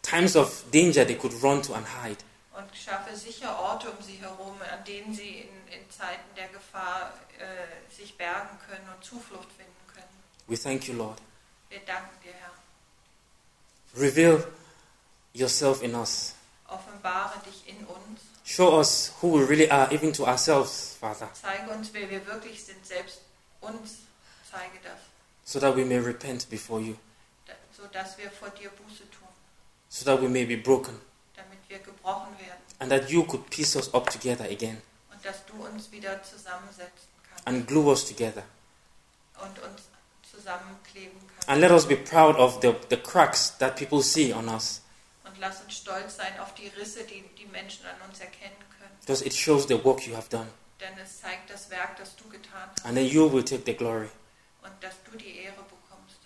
Speaker 1: times of danger they could run to and hide.
Speaker 2: Und schaffe sicher Orte um sie herum, an denen sie in, in Zeiten der Gefahr äh, sich bergen können und Zuflucht finden können.
Speaker 1: We thank you, Lord.
Speaker 2: Wir danken dir, Herr.
Speaker 1: Reveal yourself in us.
Speaker 2: Offenbare dich in uns.
Speaker 1: Show us who we really are, even to ourselves, Father,
Speaker 2: Zeige uns, wer wir wirklich sind, selbst uns. Zeige das,
Speaker 1: so that we may repent before you,
Speaker 2: da- sodass wir vor dir Buße tun,
Speaker 1: so that we may be broken,
Speaker 2: damit wir gebrochen werden
Speaker 1: and that you could piece us up together again
Speaker 2: und dass du uns wieder zusammensetzen kannst
Speaker 1: and glue us together.
Speaker 2: und uns zusammenkleben kannst.
Speaker 1: And let us be proud of the, the cracks that people see on us,
Speaker 2: Und lass uns stolz sein auf die Risse, die die Menschen an uns erkennen können.
Speaker 1: because it shows the work you have done.
Speaker 2: Denn es zeigt das Werk, das du getan hast
Speaker 1: And then you will take the glory,
Speaker 2: und dass du die Ehre bekommst.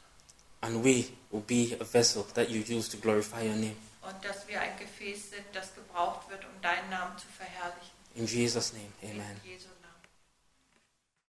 Speaker 1: and we will be a vessel that you use to glorify your name.
Speaker 2: Und dass wir ein Gefäß sind, das gebraucht wird, um deinen Namen zu verherrlichen.
Speaker 1: In Jesus' name, amen.
Speaker 2: In Jesu Namen.